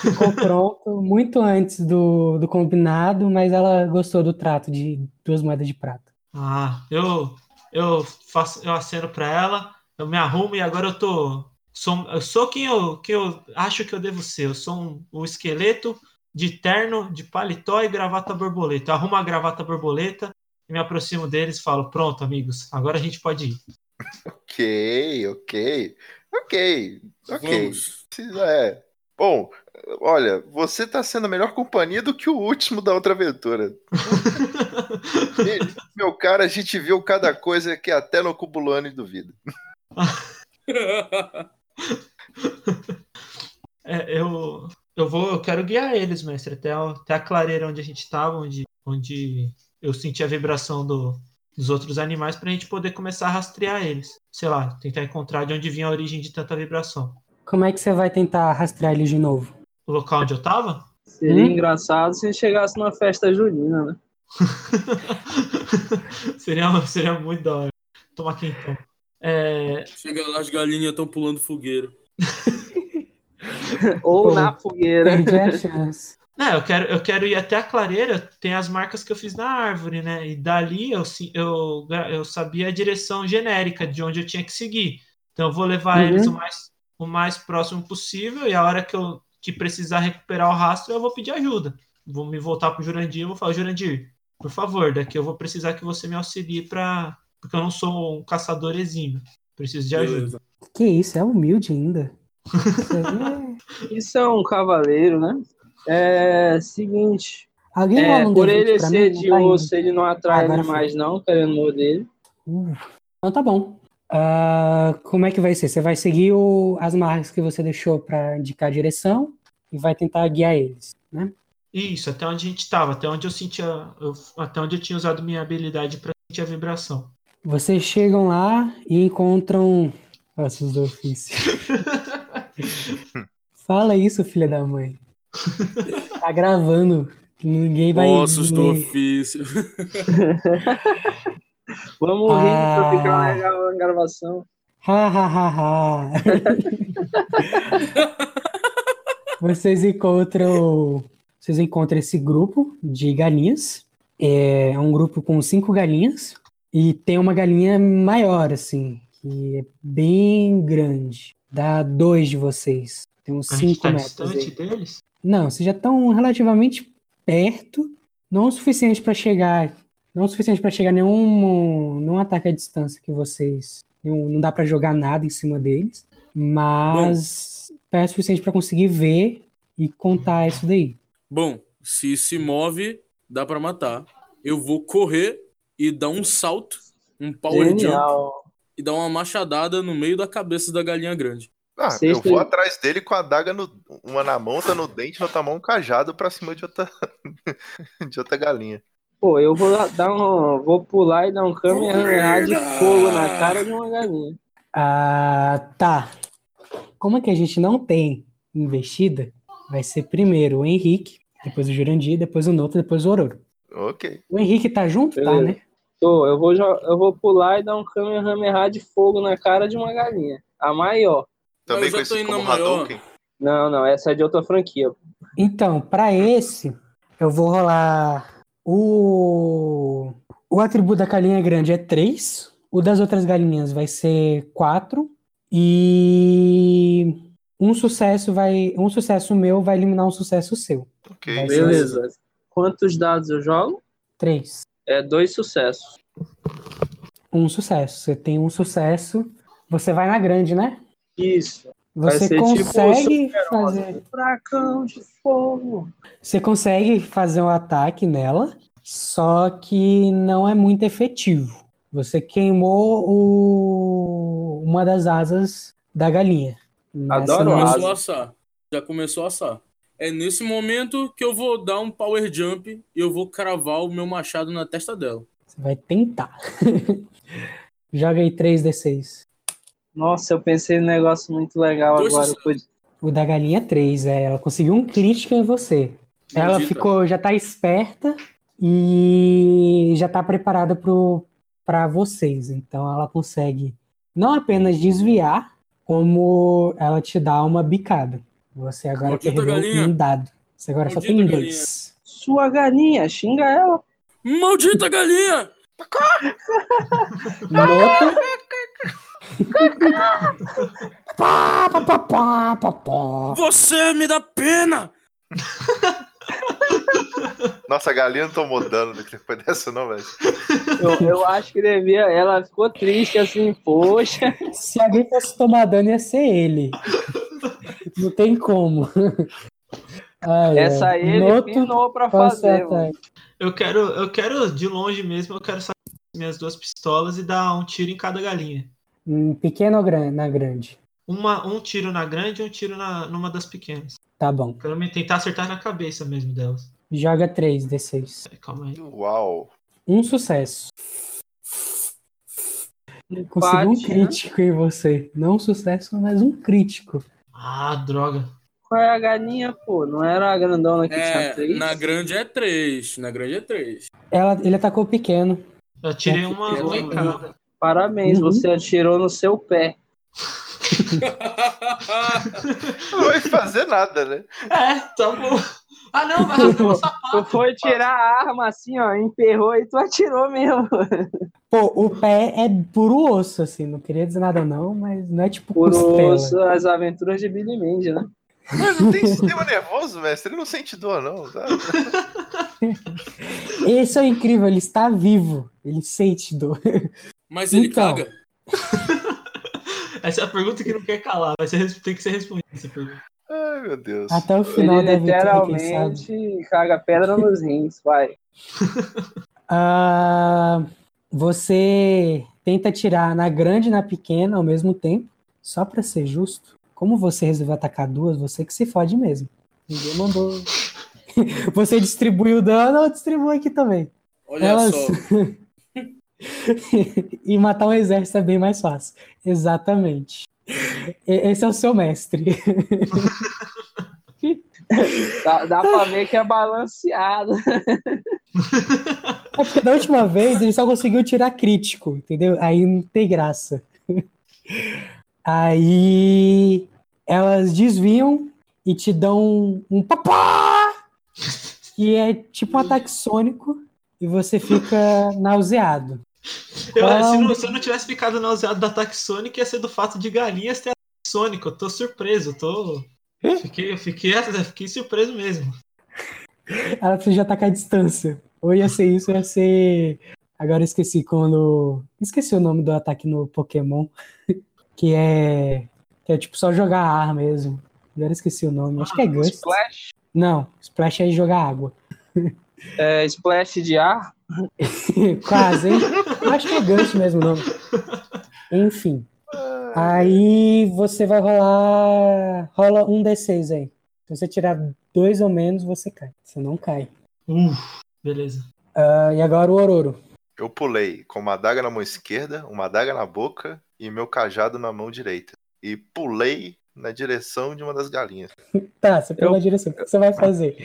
Ficou pronto muito antes do, do combinado, mas ela gostou do trato de duas moedas de prata. Ah, eu eu faço eu aceno para ela. Eu me arrumo e agora eu tô sou, um, eu sou quem eu que eu acho que eu devo ser. Eu sou um, um esqueleto de terno, de paletó e gravata borboleta. Eu arrumo a gravata borboleta e me aproximo deles. e Falo pronto, amigos. Agora a gente pode ir. Ok, ok. Ok, ok. Vamos. Precisa- É. Bom, olha, você tá sendo a melhor companhia do que o último da outra aventura. Ele- Meu cara, a gente viu cada coisa que até no Cubulani duvida. É, eu, eu vou, eu quero guiar eles, mestre, até a, até a clareira onde a gente estava, onde, onde eu senti a vibração do- dos outros animais para a gente poder começar a rastrear eles. Sei lá, tentar encontrar de onde vinha a origem de tanta vibração. Como é que você vai tentar rastrear ele de novo? O local onde eu tava? seria Hum? engraçado se chegasse numa festa junina, né? seria, seria muito da hora. Tomar quentão. É, Chega lá, as galinhas estão pulando fogueira. Ou Pô, na fogueira. Perdi a chance. Não, eu quero, eu quero ir até a clareira, tem as marcas que eu fiz na árvore, né? E dali eu, se- eu, gra- eu sabia a direção genérica de onde eu tinha que seguir. Então eu vou levar Uhum. eles o mais, o mais próximo possível e a hora que eu que precisar recuperar o rastro, eu vou pedir ajuda. Vou me voltar pro Jurandir e vou falar, Jurandir, por favor, daqui eu vou precisar que você me auxilie para porque eu não sou um caçador exímio. Preciso de ajuda. Beleza. Que isso, é humilde ainda. Isso aí é- Isso é um cavaleiro, né? É seguinte. Alguém É, rola um por D20 ele pra ser mim? Não de tá indo. osso, ele não atrai Agora animais, não, querendo morder ele. Uh, Então tá bom. Ah, como é que vai ser? Você vai seguir o- as marcas que você deixou pra indicar a direção e vai tentar guiar eles, né? Isso, até onde a gente estava, até onde eu sentia, eu- até onde eu tinha usado minha habilidade para sentir a vibração. Vocês chegam lá e encontram. Nossa, os ofícios. Fala isso, filha da mãe. Tá gravando. Ninguém vai. Ossos do ninguém- ofício. Vamos Ah. rir pra ficar legal a gravação. Ha ha ha ha. Vocês encontram, vocês encontram esse grupo de galinhas. É um grupo com cinco galinhas e tem uma galinha maior assim, que é bem grande. Dá dois de vocês. Tem uns A gente cinco tá metros. distante aí. deles? Não, vocês já estão relativamente perto, não o suficiente para chegar, não o suficiente para chegar nenhum, nenhum ataque à distância que vocês, nenhum- não dá para jogar nada em cima deles, mas é o suficiente para conseguir ver e contar isso daí. Bom, se se move, dá pra matar. Eu vou correr e dar um salto, um power jump Genial. e dar uma machadada no meio da cabeça da galinha grande. Ah, Vocês eu vou têm- atrás dele com a daga no, uma na mão, tá no dente, na outra mão um cajado pra cima de outra, de outra galinha. Pô, eu vou lá dar um. Vou pular e dar um câmera de fogo na cara de uma galinha. Ah, tá. Como é que a gente não tem investida, vai ser primeiro o Henrique, depois o Jurandir, depois o Noto, depois o Ororo. Ok. O Henrique tá junto, tá, né? Tô, eu vou, jo- eu vou pular e dar um câmera de fogo na cara de uma galinha. A maior. Também eu já tô conhecido indo como na maior. Hadouken. Não, não, essa é de outra franquia. Então, para esse, eu vou rolar o o atributo da galinha grande é 3, o das outras galinhas vai ser 4 e Um sucesso vai, um sucesso meu vai eliminar um sucesso seu. Ok. Vai ser Beleza. Quantos dados eu jogo? Três. É dois sucessos. Um sucesso. Você tem um sucesso. Você vai na grande, né? Isso. Vai Você ser tipo consegue Super-Homem. fazer. Furacão de fogo. Você consegue fazer um ataque nela, só que não é muito efetivo. Você queimou o- uma das asas da galinha. Nessa Adoro não- asa. Começou a assar. Já começou a assar. É nesse momento que eu vou dar um power jump e eu vou cravar o meu machado na testa dela. Você vai tentar. Joga aí 3d6. Nossa, eu pensei num negócio muito legal Dois agora. sucessos. Eu podia- O da galinha é 3, é. Ela conseguiu um crítico em você. Ela Maldita. ficou, já tá esperta e já tá preparada pro, pra vocês. Então ela consegue não apenas desviar, como ela te dá uma bicada. Você agora Maldita perdeu galinha. um dado. Você agora só Maldita tem galinha. dois. Sua galinha, xinga ela. Maldita galinha! Nota. pá, pá, pá, pá, pá, pá. Você me dá pena! Nossa, a galinha não tomou dano depois dessa, não, velho. Eu, eu acho que devia. Ela ficou triste assim, poxa. Se alguém fosse tomar dano, ia ser ele. Não tem como. Ai, ai. Um Essa aí ele Noto, pinou pra qual é o seu fazer. mano. ataque? Eu quero, eu quero de longe mesmo, eu quero sacar minhas duas pistolas e dar um tiro em cada galinha. Hum, Pequeno ou gran- na grande? Uma, um tiro na grande e um tiro na, numa das pequenas. Tá bom. Quero me tentar acertar na cabeça mesmo delas. Joga 3d6. Peraí, Calma aí. Uau. Um sucesso. Conseguiu um Empate, né? crítico em você. Não um sucesso, mas um crítico. Ah, droga. Qual é a galinha, pô? Não era a grandona que tinha É, três? na grande é três. Na grande é três. Ela, ele atacou o pequeno. Eu tirei uma, Eu uma em não- cada. Parabéns, Uhum. você atirou no seu pé. Ah, Não vai fazer nada, né? É, tá bom. Ah, não, vai rasgar meu Tu sapato. foi tirar a arma assim, ó, emperrou e tu atirou mesmo. Pô, o pé é puro osso, assim. Não queria dizer nada, não, mas não é tipo Por costela. osso, as aventuras de Billy Mandy, né? Mas não tem sistema nervoso, mestre. Ele não sente dor, não. Tá? Esse é o incrível, ele está vivo. Ele sente dor. Mas ele Então. caga. Essa é a pergunta que não quer calar. Vai ser, tem que ser respondida essa pergunta. Ai, meu Deus. Até o final Ele da aventura, quem sabe. literalmente caga pedra nos rins, vai. Ah, você tenta tirar na grande e na pequena ao mesmo tempo, só pra ser justo. Como você resolveu atacar duas, você que se fode mesmo. Ninguém mandou. você distribui o dano, eu distribuo aqui também. Olha Elas- só. e matar um exército é bem mais fácil. Exatamente. E- Esse é o seu mestre. Dá, dá pra ver que é balanceado. É porque da última vez ele só conseguiu tirar crítico, entendeu? Aí não tem graça. Aí elas desviam e te dão um, um papá! Que é tipo um ataque sônico e você fica nauseado. Eu- Qual- se, não, se eu não tivesse ficado nauseado do ataque Sonic, ia ser do fato de galinhas ter ataque Sonic. Eu tô surpreso, eu tô. Fiquei, eu fiquei, eu fiquei surpreso mesmo. Ela precisa atacar a distância. Ou ia ser isso, ou ia ser. Agora eu esqueci quando. Esqueci o nome do ataque no Pokémon. Que é. Que é tipo só jogar ar mesmo. Agora eu esqueci o nome. Acho que é Gust. Splash. Não, splash é jogar água. É, splash de ar. Quase, hein? Eu Acho que é gancho mesmo, não. Enfim. Aí você vai rolar. Rola um D6 aí. Se você tirar dois ou menos, você cai. Você não cai. Uf, beleza. Ah, e agora o Ororo. Eu pulei com uma adaga na mão esquerda, uma adaga na boca e meu cajado na mão direita. E pulei na direção de uma das galinhas. Tá, você pegou Eu- a direção. O que você vai fazer?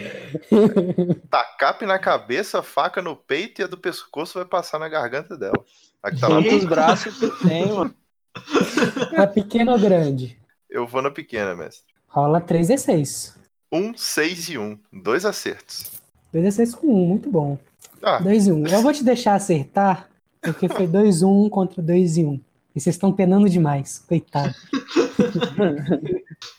Tacape Tá, na cabeça, faca no peito e a do pescoço vai passar na garganta dela. A que tá lá. Quantos braços tu tem, mano? A pequena ou grande? Eu vou na pequena, mestre. Rola 3D6. Um, seis e um. Dois acertos. 2D6 com 1, muito bom. Ah, 2 e 1. Eu vou te deixar um acertar, porque foi 2 1 contra 2 e 1. E vocês estão penando demais, coitado.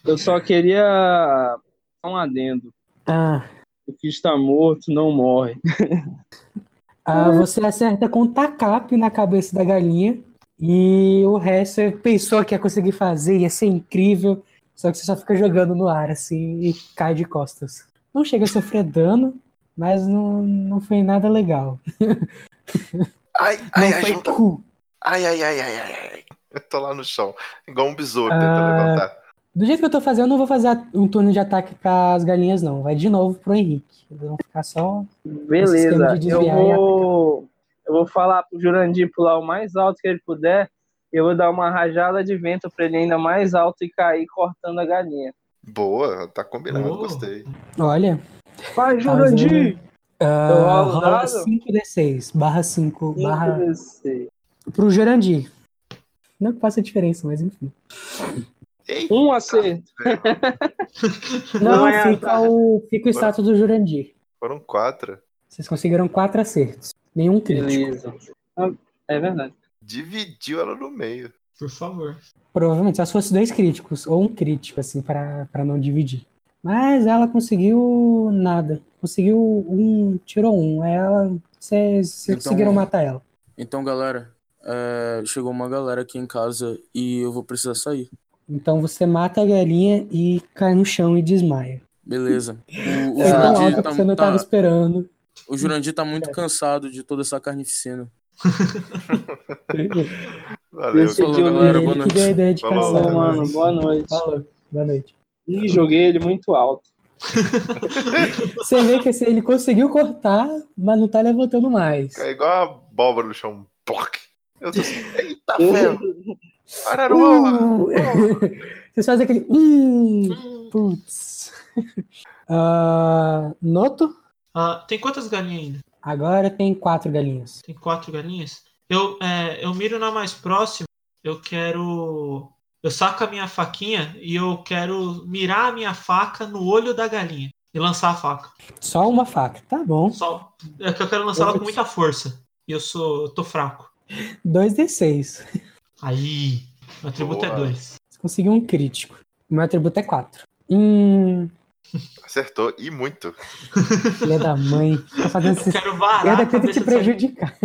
Eu só queria dar um adendo. Ah, O que está morto não morre. ah, Hum. você acerta com um tacape na cabeça da galinha e o resto você pensou que ia conseguir fazer, ia ser incrível, só que você só fica jogando no ar assim e cai de costas. Não chega a sofrer dano, mas não, não foi nada legal. Ai, Não ai, ai, foi junta- cool. ai, ai, ai, ai, ai, ai. Eu tô lá no chão, igual um besouro Ah. tentando levantar. Do jeito que eu tô fazendo, eu não vou fazer a- um turno de ataque pras galinhas, não. Vai de novo pro Henrique. Eles vão ficar só. Beleza, esquema de eu desviar e vou, eu vou falar pro Jurandir pular o mais alto que ele puder. e Eu vou dar uma rajada de vento pra ele ainda mais alto e cair cortando a galinha. Boa, tá combinado, Boa. gostei. Olha. Vai, Fazendo- Jurandir! Eu Ah, rolo o rola dado? 5d6, barra 5, barra. Interessei. Pro Jurandir. Não que faça diferença, mas enfim. Ei, Um acerto. Não, Não é fica, azar. o, fica o status do Jurandir. foram quatro. Vocês conseguiram quatro acertos. Nenhum crítico. Beleza. Ah, É verdade. Dividiu ela no meio. Por favor. Provavelmente, só se fosse dois críticos, ou um crítico, assim, pra pra não dividir. Mas ela conseguiu nada. Conseguiu um, tirou um. Aí Ela, vocês vocês Então- conseguiram matar ela. Então, galera, é, chegou uma galera aqui em casa e eu vou precisar sair. Então você mata a galinha e cai no chão e desmaia. Beleza. O, o Foi tão Jurandir alta que tá- você não É. tá- estava esperando. o Jurandir tá muito cansado de toda essa carnificina. Valeu, Esse- um Falou, galera. Boa Ele que noite. deu a ideia de Falou, caçar. um Então, mano, boa noite. Falou. Boa noite. Ih, joguei ele muito alto. Você vê que assim, ele conseguiu cortar, mas não tá levantando mais. É igual a abóbora no chão. Ploc. Eu tô assim, eita ferro, Eu- ararola. Uh! Vocês fazem aquele. Hum, putz. Ah, Noto, Ah, tem quantas galinhas ainda? agora tem quatro galinhas. Tem quatro galinhas? Eu, é, eu miro na mais próxima. Eu quero. Eu saco a minha faquinha e eu quero mirar a minha faca no olho da galinha e lançar a faca. Só uma faca. Tá bom. Só. É que eu quero lançar ela com muita força. E eu sou. Eu tô fraco. 2d6. Aí. Meu atributo é Boa. dois. Você conseguiu um crítico. Meu atributo é 4. Hum, Acertou, e muito. filha da mãe. Tá fazendo Eu esses quero varar Ela a tenta te cabeça dessa prejudicar.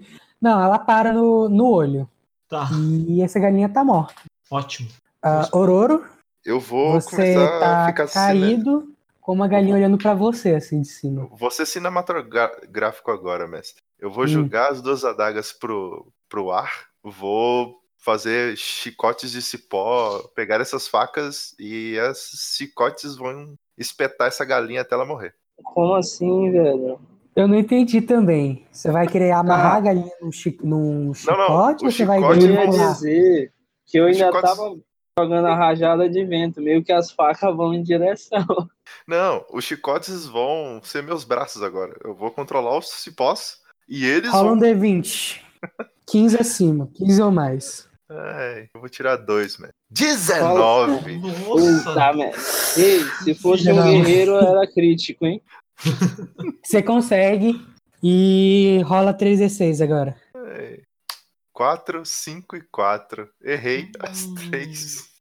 Não, ela para no, no olho. Tá, E essa galinha tá morta. ótimo. Ah, Ororo, Eu vou você começar a tá ficar cine... caído com uma galinha olhando pra você, assim, de cima. Você cinematográfico agora, mestre. Eu vou Hum. jogar as duas adagas pro, pro ar, vou fazer chicotes de cipó, pegar essas facas e as chicotes vão espetar essa galinha até ela morrer. Como assim, velho? Eu não entendi também. Você vai querer amarrar a galinha num, chi num chicote Ah. o ou você vai Eu chicote deixar ia vão- rolar? dizer que eu ainda Chicotes. tava jogando a rajada de vento, meio que as facas vão em direção. Não, os chicotes vão ser meus braços agora. Eu vou controlar os cipós e eles Rola um vão. D20. 15 acima, 15 ou mais. Ai, eu vou tirar dois, mano. 19! Nossa! Puta, merda. Ei, se fosse um Não. guerreiro, era crítico, hein? Você consegue e rola 3d6 agora. 4, 5 e 4. Errei as Hum. três.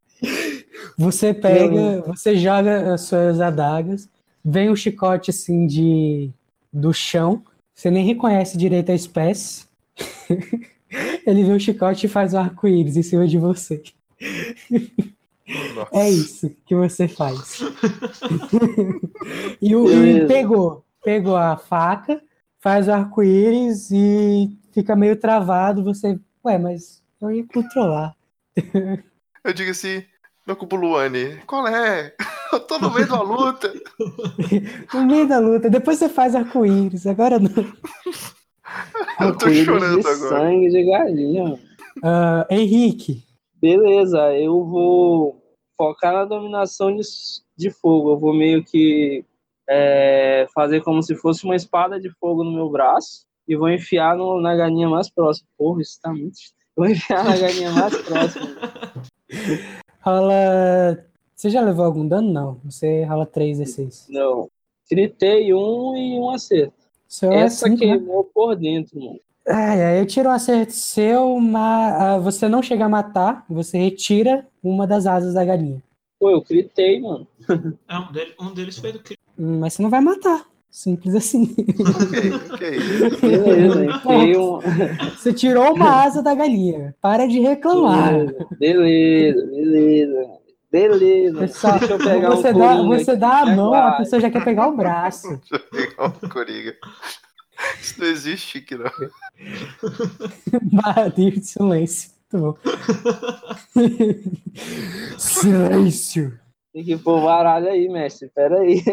Você pega, você joga as suas adagas, vem um chicote assim de do chão, você nem reconhece direito a espécie. Ele vê o chicote e faz um arco-íris em cima de você. Nossa. É isso que você faz. e o Beleza. e pegou, pegou a faca, faz o arco-íris e fica meio travado. Você, ué, mas eu ia controlar. Eu digo assim, meu cubo Luane, qual é? Eu tô no meio de uma luta. No meio da luta, depois você faz arco-íris, agora não. Eu tô Arco-íris chorando de agora. sangue de galinha. mano. Ah, Henrique. Beleza, eu vou focar na dominação de, s- de fogo. Eu vou meio que é, fazer como se fosse uma espada de fogo no meu braço e vou enfiar no- na galinha mais próxima. Porra, isso tá muito. Vou enfiar na galinha mais próxima. Rola. Você já levou algum dano? Não. Você rola 3 D6. Não. Gritei um e um acerto. Seu é Essa cinco, né? queimou por dentro, mano. Ai, ai, eu tiro um acerto seu, mas ah, você não chega a matar, você retira uma das asas da galinha. Pô, eu gritei, mano. É, um, dele- um deles foi do crime. Hum, Mas você não vai matar. Simples assim. Ok, ok. isso. Beleza, enfiei um. Você tirou uma asa da galinha. Para de reclamar. Beleza, beleza. Beleza. Pessoal, Deixa eu pegar Você um dá, coringa você aqui. é dá a já mão, a vai. pessoa já quer pegar o braço. Legal, Coringa. Isso não existe aqui, não. Barulho de silêncio. Muito bom. silêncio. Tem que pôr o baralho aí, mestre. Pera aí.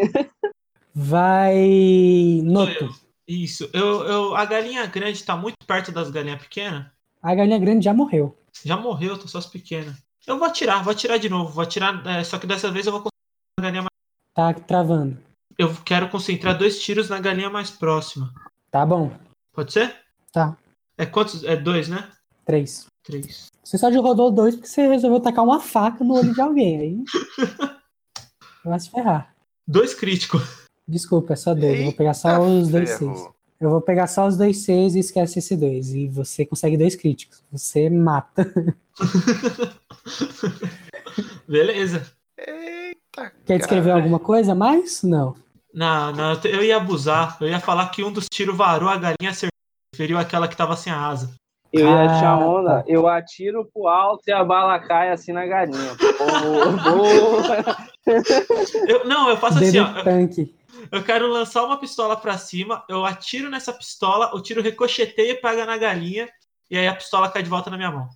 Vai. Sou Noto. eu. Isso. Eu, eu, a galinha grande tá muito perto das galinhas pequenas. A galinha grande já morreu. Já morreu, tô só as pequenas. Eu vou atirar, vou atirar de novo. Vou atirar, é, só que dessa vez eu vou concentrar na galinha mais... Tá travando. Eu quero concentrar dois tiros na galinha mais próxima. Tá bom. Pode ser? Tá. É quantos? É dois, né? Três. Três. Você só rodou dois porque você resolveu tacar uma faca no olho de alguém. Aí. Vai se ferrar. Dois críticos. Desculpa, é só dois. Eu vou pegar só Eita os dois ferro. seis. Eu vou pegar só os dois seis e esquece esse dois. E você consegue dois críticos. Você mata. Beleza. Eita, Quer descrever cara. alguma coisa a mais? Não. Não, não, eu te- eu ia abusar. Eu ia falar que um dos tiros varou a galinha acertou. Feriu aquela que tava sem a asa. Eu ia achar Caraca. onda, eu atiro pro alto e a bala cai assim na galinha. Boa, boa. Eu, não, eu faço assim, Dedo ó. tanque. Eu quero lançar uma pistola pra cima, eu atiro nessa pistola, o tiro ricocheteia e pega na galinha, e aí a pistola cai de volta na minha mão.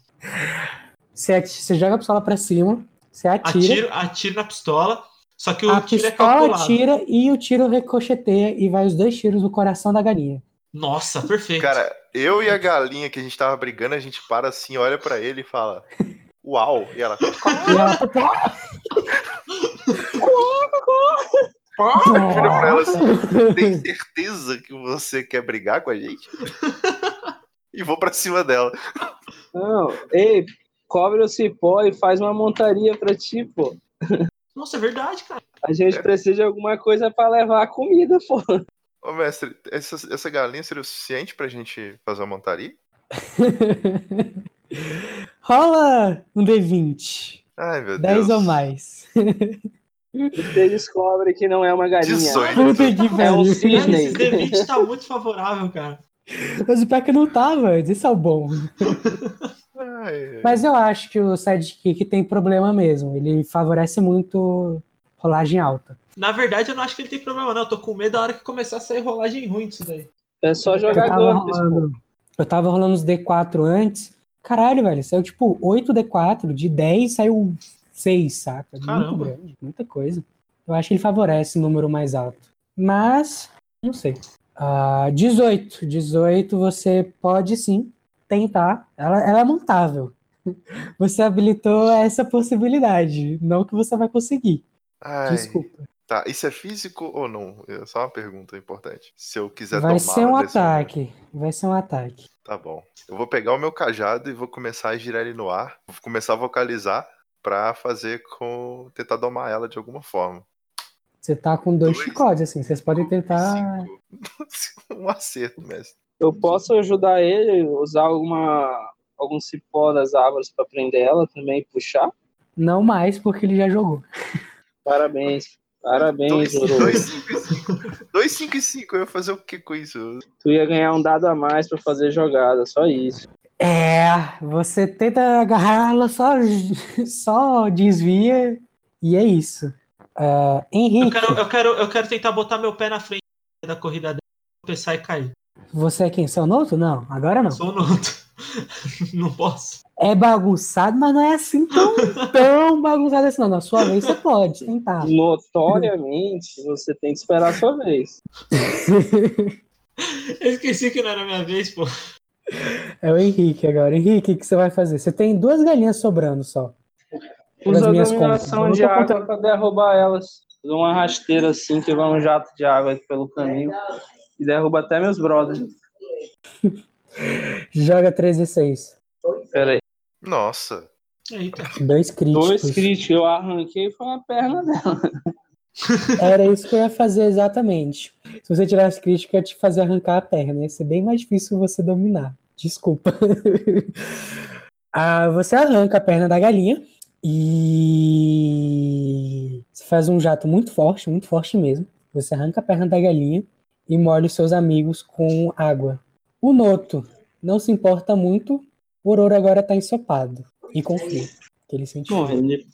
Você, ati- você joga a pistola pra cima, você atira, Atiro, atiro na pistola, só que o a tiro é pistola calculado. atira e o tiro ricocheteia e vai os dois tiros no coração da galinha. Nossa, perfeito. Cara, eu e a galinha que a gente tava brigando, a gente para assim, olha pra ele e fala: Uau! E ela. tá E ela Vira pra ela assim, tem certeza que você quer brigar com a gente? E vou pra cima dela. Não, ei, cobre o cipó e faz uma montaria pra ti, pô. Nossa, é verdade, cara. A gente precisa de alguma coisa pra levar a comida, pô. Ô, mestre, essa, essa galinha seria o suficiente pra gente fazer uma montaria? rola um D20. Ai, meu 10 Deus. ou mais. Você descobre que não é uma galinha. 18. Puta que É um pariu. Cara, cisne. esse D20 tá muito favorável, cara. Mas o pior que não tava, antes, isso é o bom. Ai, Mas eu acho que o sidekick tem problema mesmo. Ele favorece muito rolagem alta. Na verdade, eu não acho que ele tem problema, não. Eu tô com medo da hora que começar a sair rolagem ruim disso daí. É só Eu tava, jogador. rolando, eu tava rolando os D4 antes. Caralho, velho, saiu tipo 8 D4, de 10 saiu 6, saca? Muito Caramba. grande, muita coisa. Eu acho que ele favorece o número mais alto. Mas, não sei. Ah, 18. 18 você pode sim tentar. Ela, ela é montável. Você habilitou essa possibilidade. Não que você vai conseguir. ai. Desculpa. Tá, isso é físico ou não? É só uma pergunta importante. Se eu quiser Vai tomar ser um a decisão- ataque. Vai ser um ataque. Tá bom. Eu vou pegar o meu cajado e vou começar a girar ele no ar. Vou começar a vocalizar pra fazer com. tentar domar ela de alguma forma. Você tá com dois Dois. chicotes, assim. Vocês podem tentar. Cinco. um acerto, mestre. Eu posso ajudar ele a usar alguma algum cipó das árvores pra prender ela também e puxar? Não mais, porque ele já jogou. Parabéns. Parabéns, Dois, Zoro. dois, cinco e cinco. Dois, cinco e cinco. Eu ia fazer o que com isso? Tu ia ganhar um dado a mais pra fazer jogada, só isso. É, você tenta agarrar ela, só, só desvia. E é isso. Ah, Eu Henrique, quero, eu, quero, eu quero tentar botar meu pé na frente da corrida dela, pensar e cair. você é quem? Seu noto? Não, agora não. Sou noto. não posso. É bagunçado, mas não é assim tão, tão bagunçado assim, não. Na sua vez você pode tentar. Notoriamente, você tem que esperar a sua vez. Eu esqueci que não era minha vez, pô. É o Henrique agora. Henrique, o que você vai fazer? Você tem duas galinhas sobrando só. Pelas Usa a minhas dominação contas. de Eu tô água pra derrubar elas. Dá uma rasteira assim que vai um jato de água aqui pelo caminho. E derruba até meus brothers. Joga 3 e 6. Pera aí. Nossa. Eita. então. Dois críticos. Dois críticos. Eu arranquei e foi na perna dela. Era isso que eu ia fazer exatamente. Se você tirasse crítica, eu ia te fazer arrancar a perna. Ia ser bem mais difícil você dominar. Desculpa. Ah, você arranca a perna da galinha e você faz um jato muito forte, muito forte mesmo. Você arranca a perna da galinha e molha os seus amigos com água. O Noto não se importa muito, o Ororo agora tá ensopado e conflito. que Ele sente Bom, ele-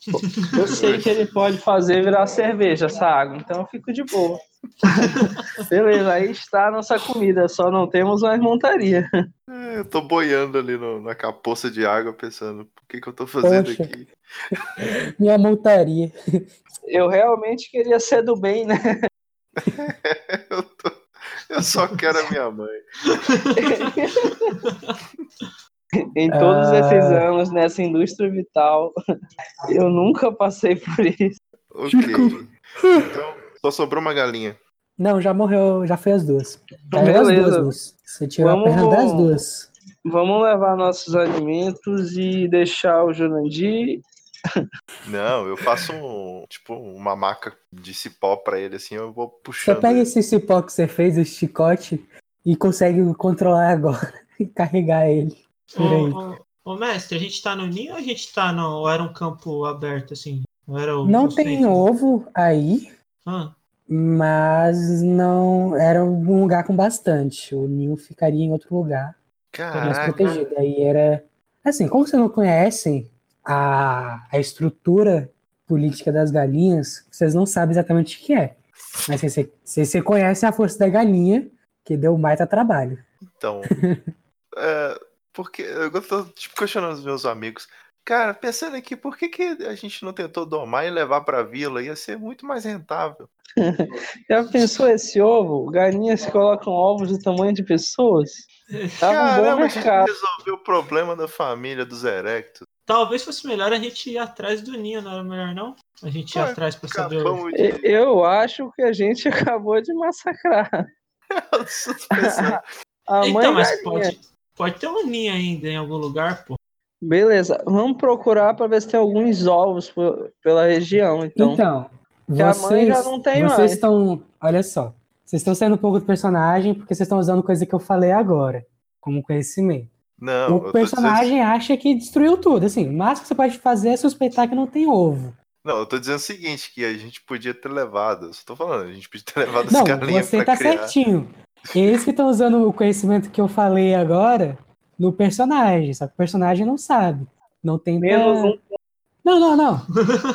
eu sei que ele pode fazer virar cerveja essa água, então eu fico de boa. Beleza, aí está a nossa comida, só não temos mais montaria. É, Eu tô boiando ali no- na capoça de água, pensando, por que, que eu tô fazendo Poxa. aqui? minha montaria. Eu realmente queria ser do bem, né? Eu, tô- eu só quero a minha mãe. em todos Ah. esses anos nessa indústria vital, eu nunca passei por isso. Ok. Então, só sobrou uma galinha. Não, já morreu, já foi as duas. Caiu é as duas, Então, né? Beleza. Lúcio. Você tirou a perna Vamos- das duas. Vamos levar nossos alimentos e deixar o Jurandir. Não, eu faço um, tipo, uma maca de cipó pra ele, assim, eu vou Você puxando. pega ele. esse cipó que você fez, esse chicote, e consegue controlar agora e carregar ele. Ô, Por aí. ô, ô, mestre, a gente tá no ninho ou a gente tá no. Ou era um campo aberto, assim? Ou era o, Não o tem centro? ovo aí, Ah, mas não era um lugar com bastante. O ninho ficaria em outro lugar, mais Caraca, protegido. Aí era assim, como vocês não conhecem a, a estrutura política das galinhas, vocês não sabem exatamente o que é. Mas vocês- vocês vocês conhecem a força da galinha, que deu mais trabalho. então. é, porque eu tô tipo, questionando os meus amigos. Cara, pensando aqui, por que, que a gente não tentou domar e levar pra vila? Ia ser muito mais rentável. Já pensou esse ovo? Galinhas colocam ovos do tamanho de pessoas? Tava um bom Caramba, a gente mercado. resolveu o problema da família dos Erectos. talvez fosse melhor a gente ir atrás do ninho, não era melhor não? A gente ir Ué, atrás pra saber. o- Acabamos de É. E- Eu acho que a gente acabou de massacrar. pensando. A mãe Então, mas galinha. pode, pode ter um ninho ainda em algum lugar, pô. Beleza, vamos procurar para ver se tem alguns ovos pe- pela região, então. Então, Porque a mãe vocês, já não tem mais. vocês estão, olha só, vocês estão saindo um pouco do personagem porque vocês estão usando coisa que eu falei agora, como conhecimento. Não, eu o tô dizendo, personagem acha que destruiu tudo, assim, o máximo que você pode fazer é suspeitar que não tem ovo. não, eu tô dizendo o seguinte, que a gente podia ter levado. Eu só tô falando, a gente podia ter levado as Não, galinhas você pra tá criar. certinho. Eles que estão usando o conhecimento que eu falei agora no personagem, só que o personagem não sabe. Não tem Menos um Não, não, não.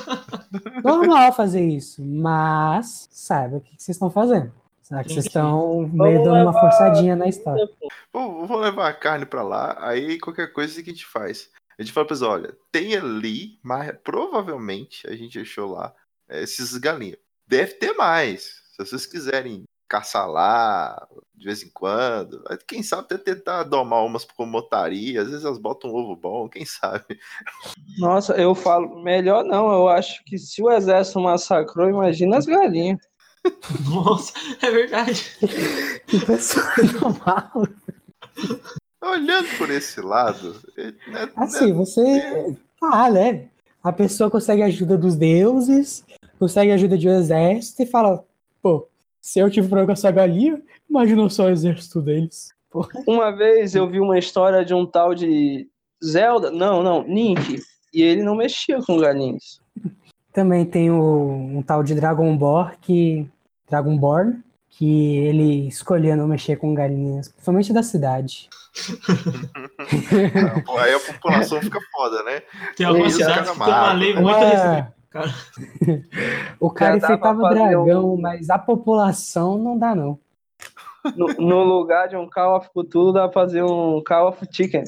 Normal fazer isso, mas saiba o que que vocês estão fazendo. Será que vocês estão meio dando uma levar- forçadinha na história? Pô, vamos levar a carne pra lá, aí qualquer coisa que a gente faz. A gente fala pra eles, olha, tem ali, mas provavelmente a gente achou lá é, esses galinhas. Deve ter mais. Se vocês quiserem caçar lá de vez em quando, aí quem sabe até tentar domar umas como motaria, às vezes elas botam um ovo bom, quem sabe. Nossa, eu falo, melhor não, eu acho que se o exército massacrou, imagina as galinhas. Nossa, é verdade. Que pessoa é normal. Olhando por esse lado, é- né, Assim, você. Ah, né? A pessoa consegue a ajuda dos deuses, consegue a ajuda de um exército e fala: pô, se eu tive problema com essa galinha, imagina só o exército deles. Uma vez eu vi uma história de um tal de Zelda, não, não, Link, e ele não mexia com galinhas. Também tem o- um tal de Dragonborn que. Dragonborn, que ele escolhia não mexer com galinhas, principalmente da cidade. né, pô, aí a população fica foda, né? Tem algumas Esse cara cidades que tem uma amado, lei né? muito É. restrita. cara. O cara Já dá pra enfeitava fazer dragão, um- mas a população não dá, não. No, no lugar de um Call of Cthulhu, dá pra fazer um Call of Chicken.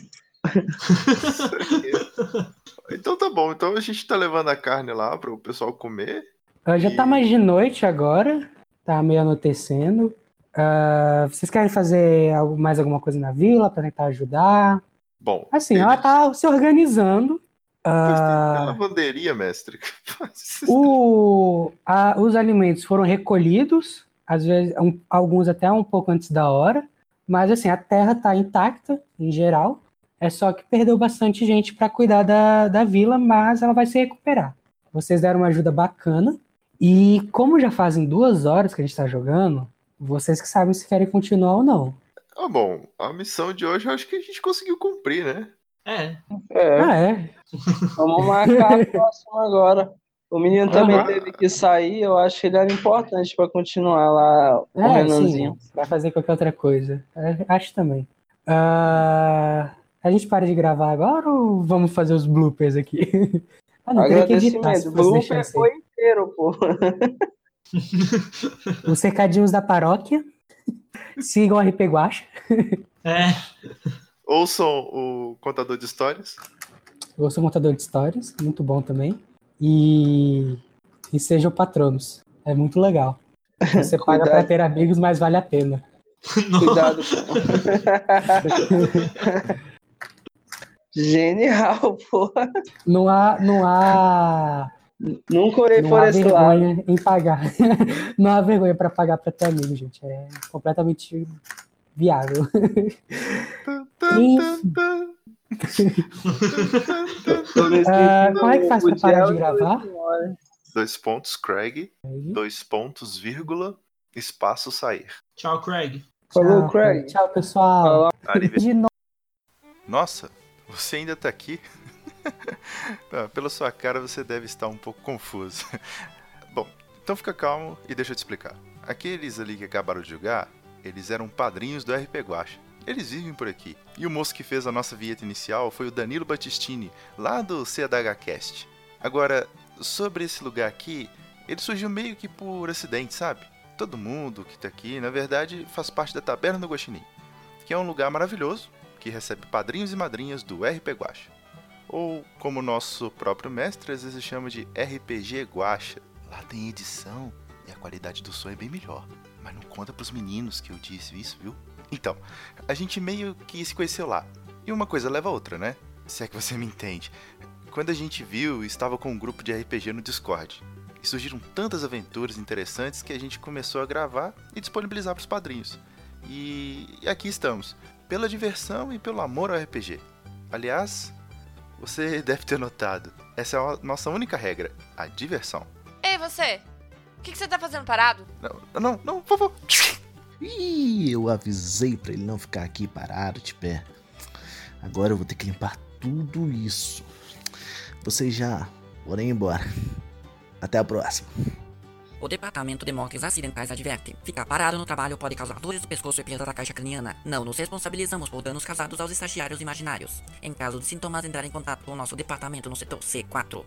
Então tá bom, então a gente tá levando a carne lá para o pessoal comer. Ah, já tá E- mais de noite agora, tá meio anoitecendo. Ah, vocês querem fazer algo- mais alguma coisa na vila pra tentar ajudar? Bom, Assim, ele- ela tá se organizando. Ah, Tem lavanderia, mestre. o- a- os alimentos foram recolhidos, às vezes um- alguns até um pouco antes da hora, mas assim, a terra tá intacta em geral. É só que perdeu bastante gente para cuidar da, da vila, mas ela vai se recuperar. Vocês deram uma ajuda bacana E como já fazem duas horas que a gente tá jogando, vocês que sabem se querem continuar ou não. Ah, bom, a missão de hoje eu acho que a gente conseguiu cumprir, né? É, É, Ah, é. vamos marcar a próxima agora. O menino também Aham. teve que sair, eu acho que ele era importante pra continuar lá, o É, Renanzinho. sim. Vai fazer qualquer outra coisa. É, Acho também. Ah, a gente para de gravar agora ou vamos fazer os bloopers aqui? Ah, não, teria que editar se Agradecimento. O fosse deixar Blooper assim. foi inteiro, pô. Os recadinhos da paróquia. Sigam o RP Guacha. é. Ouçam o contador de histórias. Eu sou montador de histórias, muito bom também. E, e sejam patronos. É muito legal. Você paga pra Cuidado. ter amigos, mas vale a pena. Cuidado. pô. Genial, pô. Não há, não há, Nunca orei não por há esse lado. vergonha em pagar. não há vergonha pra pagar pra ter amigo, gente. É completamente viável. Ah, como é que faz pra parar de gravar? Dois pontos, Craig. Dois pontos, vírgula, espaço sair. Tchau, Craig. Falou, Tchau, Craig. Tchau, pessoal. Arrivederci. De novo. Nossa, você ainda tá aqui? Tá, Pela sua cara, você deve estar um pouco confuso. Bom, então fica calmo e deixa eu te explicar. Aqueles ali que acabaram de jogar, eles eram padrinhos do RP Guacha. Eles vivem por aqui. E o moço que fez a nossa vinheta inicial foi o Danilo Battistini, lá do CDHcast. Agora, sobre esse lugar aqui, ele surgiu meio que por acidente, sabe? Todo mundo que tá aqui, na verdade, faz parte da Taberna do Guaxinim, que é um lugar maravilhoso que recebe padrinhos e madrinhas do RP Guacha. Ou, como nosso próprio mestre às vezes chama de RPG Guacha. Lá tem edição e a qualidade do som é bem melhor. Mas não conta pros meninos que eu disse isso, viu? Então, a gente meio que se conheceu lá. E uma coisa leva a outra, né? Se é que você me entende. Quando a gente viu, estava com um grupo de RPG no Discord. E surgiram tantas aventuras interessantes que a gente começou a gravar e disponibilizar pros padrinhos. E e aqui estamos pela diversão e pelo amor ao RPG. Aliás, você deve ter notado, essa é a nossa única regra, a diversão. Ei, você! O que, que você tá fazendo parado? Não, não, não, por favor. Ih, eu avisei pra ele não ficar aqui parado de pé. Agora eu vou ter que limpar tudo isso. Vocês já foram embora. Até a próxima. O Departamento de Mortes Acidentais adverte: ficar parado no trabalho pode causar dores do pescoço e perda da caixa craniana. Não nos responsabilizamos por danos causados aos estagiários imaginários. Em caso de sintomas, entrar em contato com o nosso departamento no setor C4.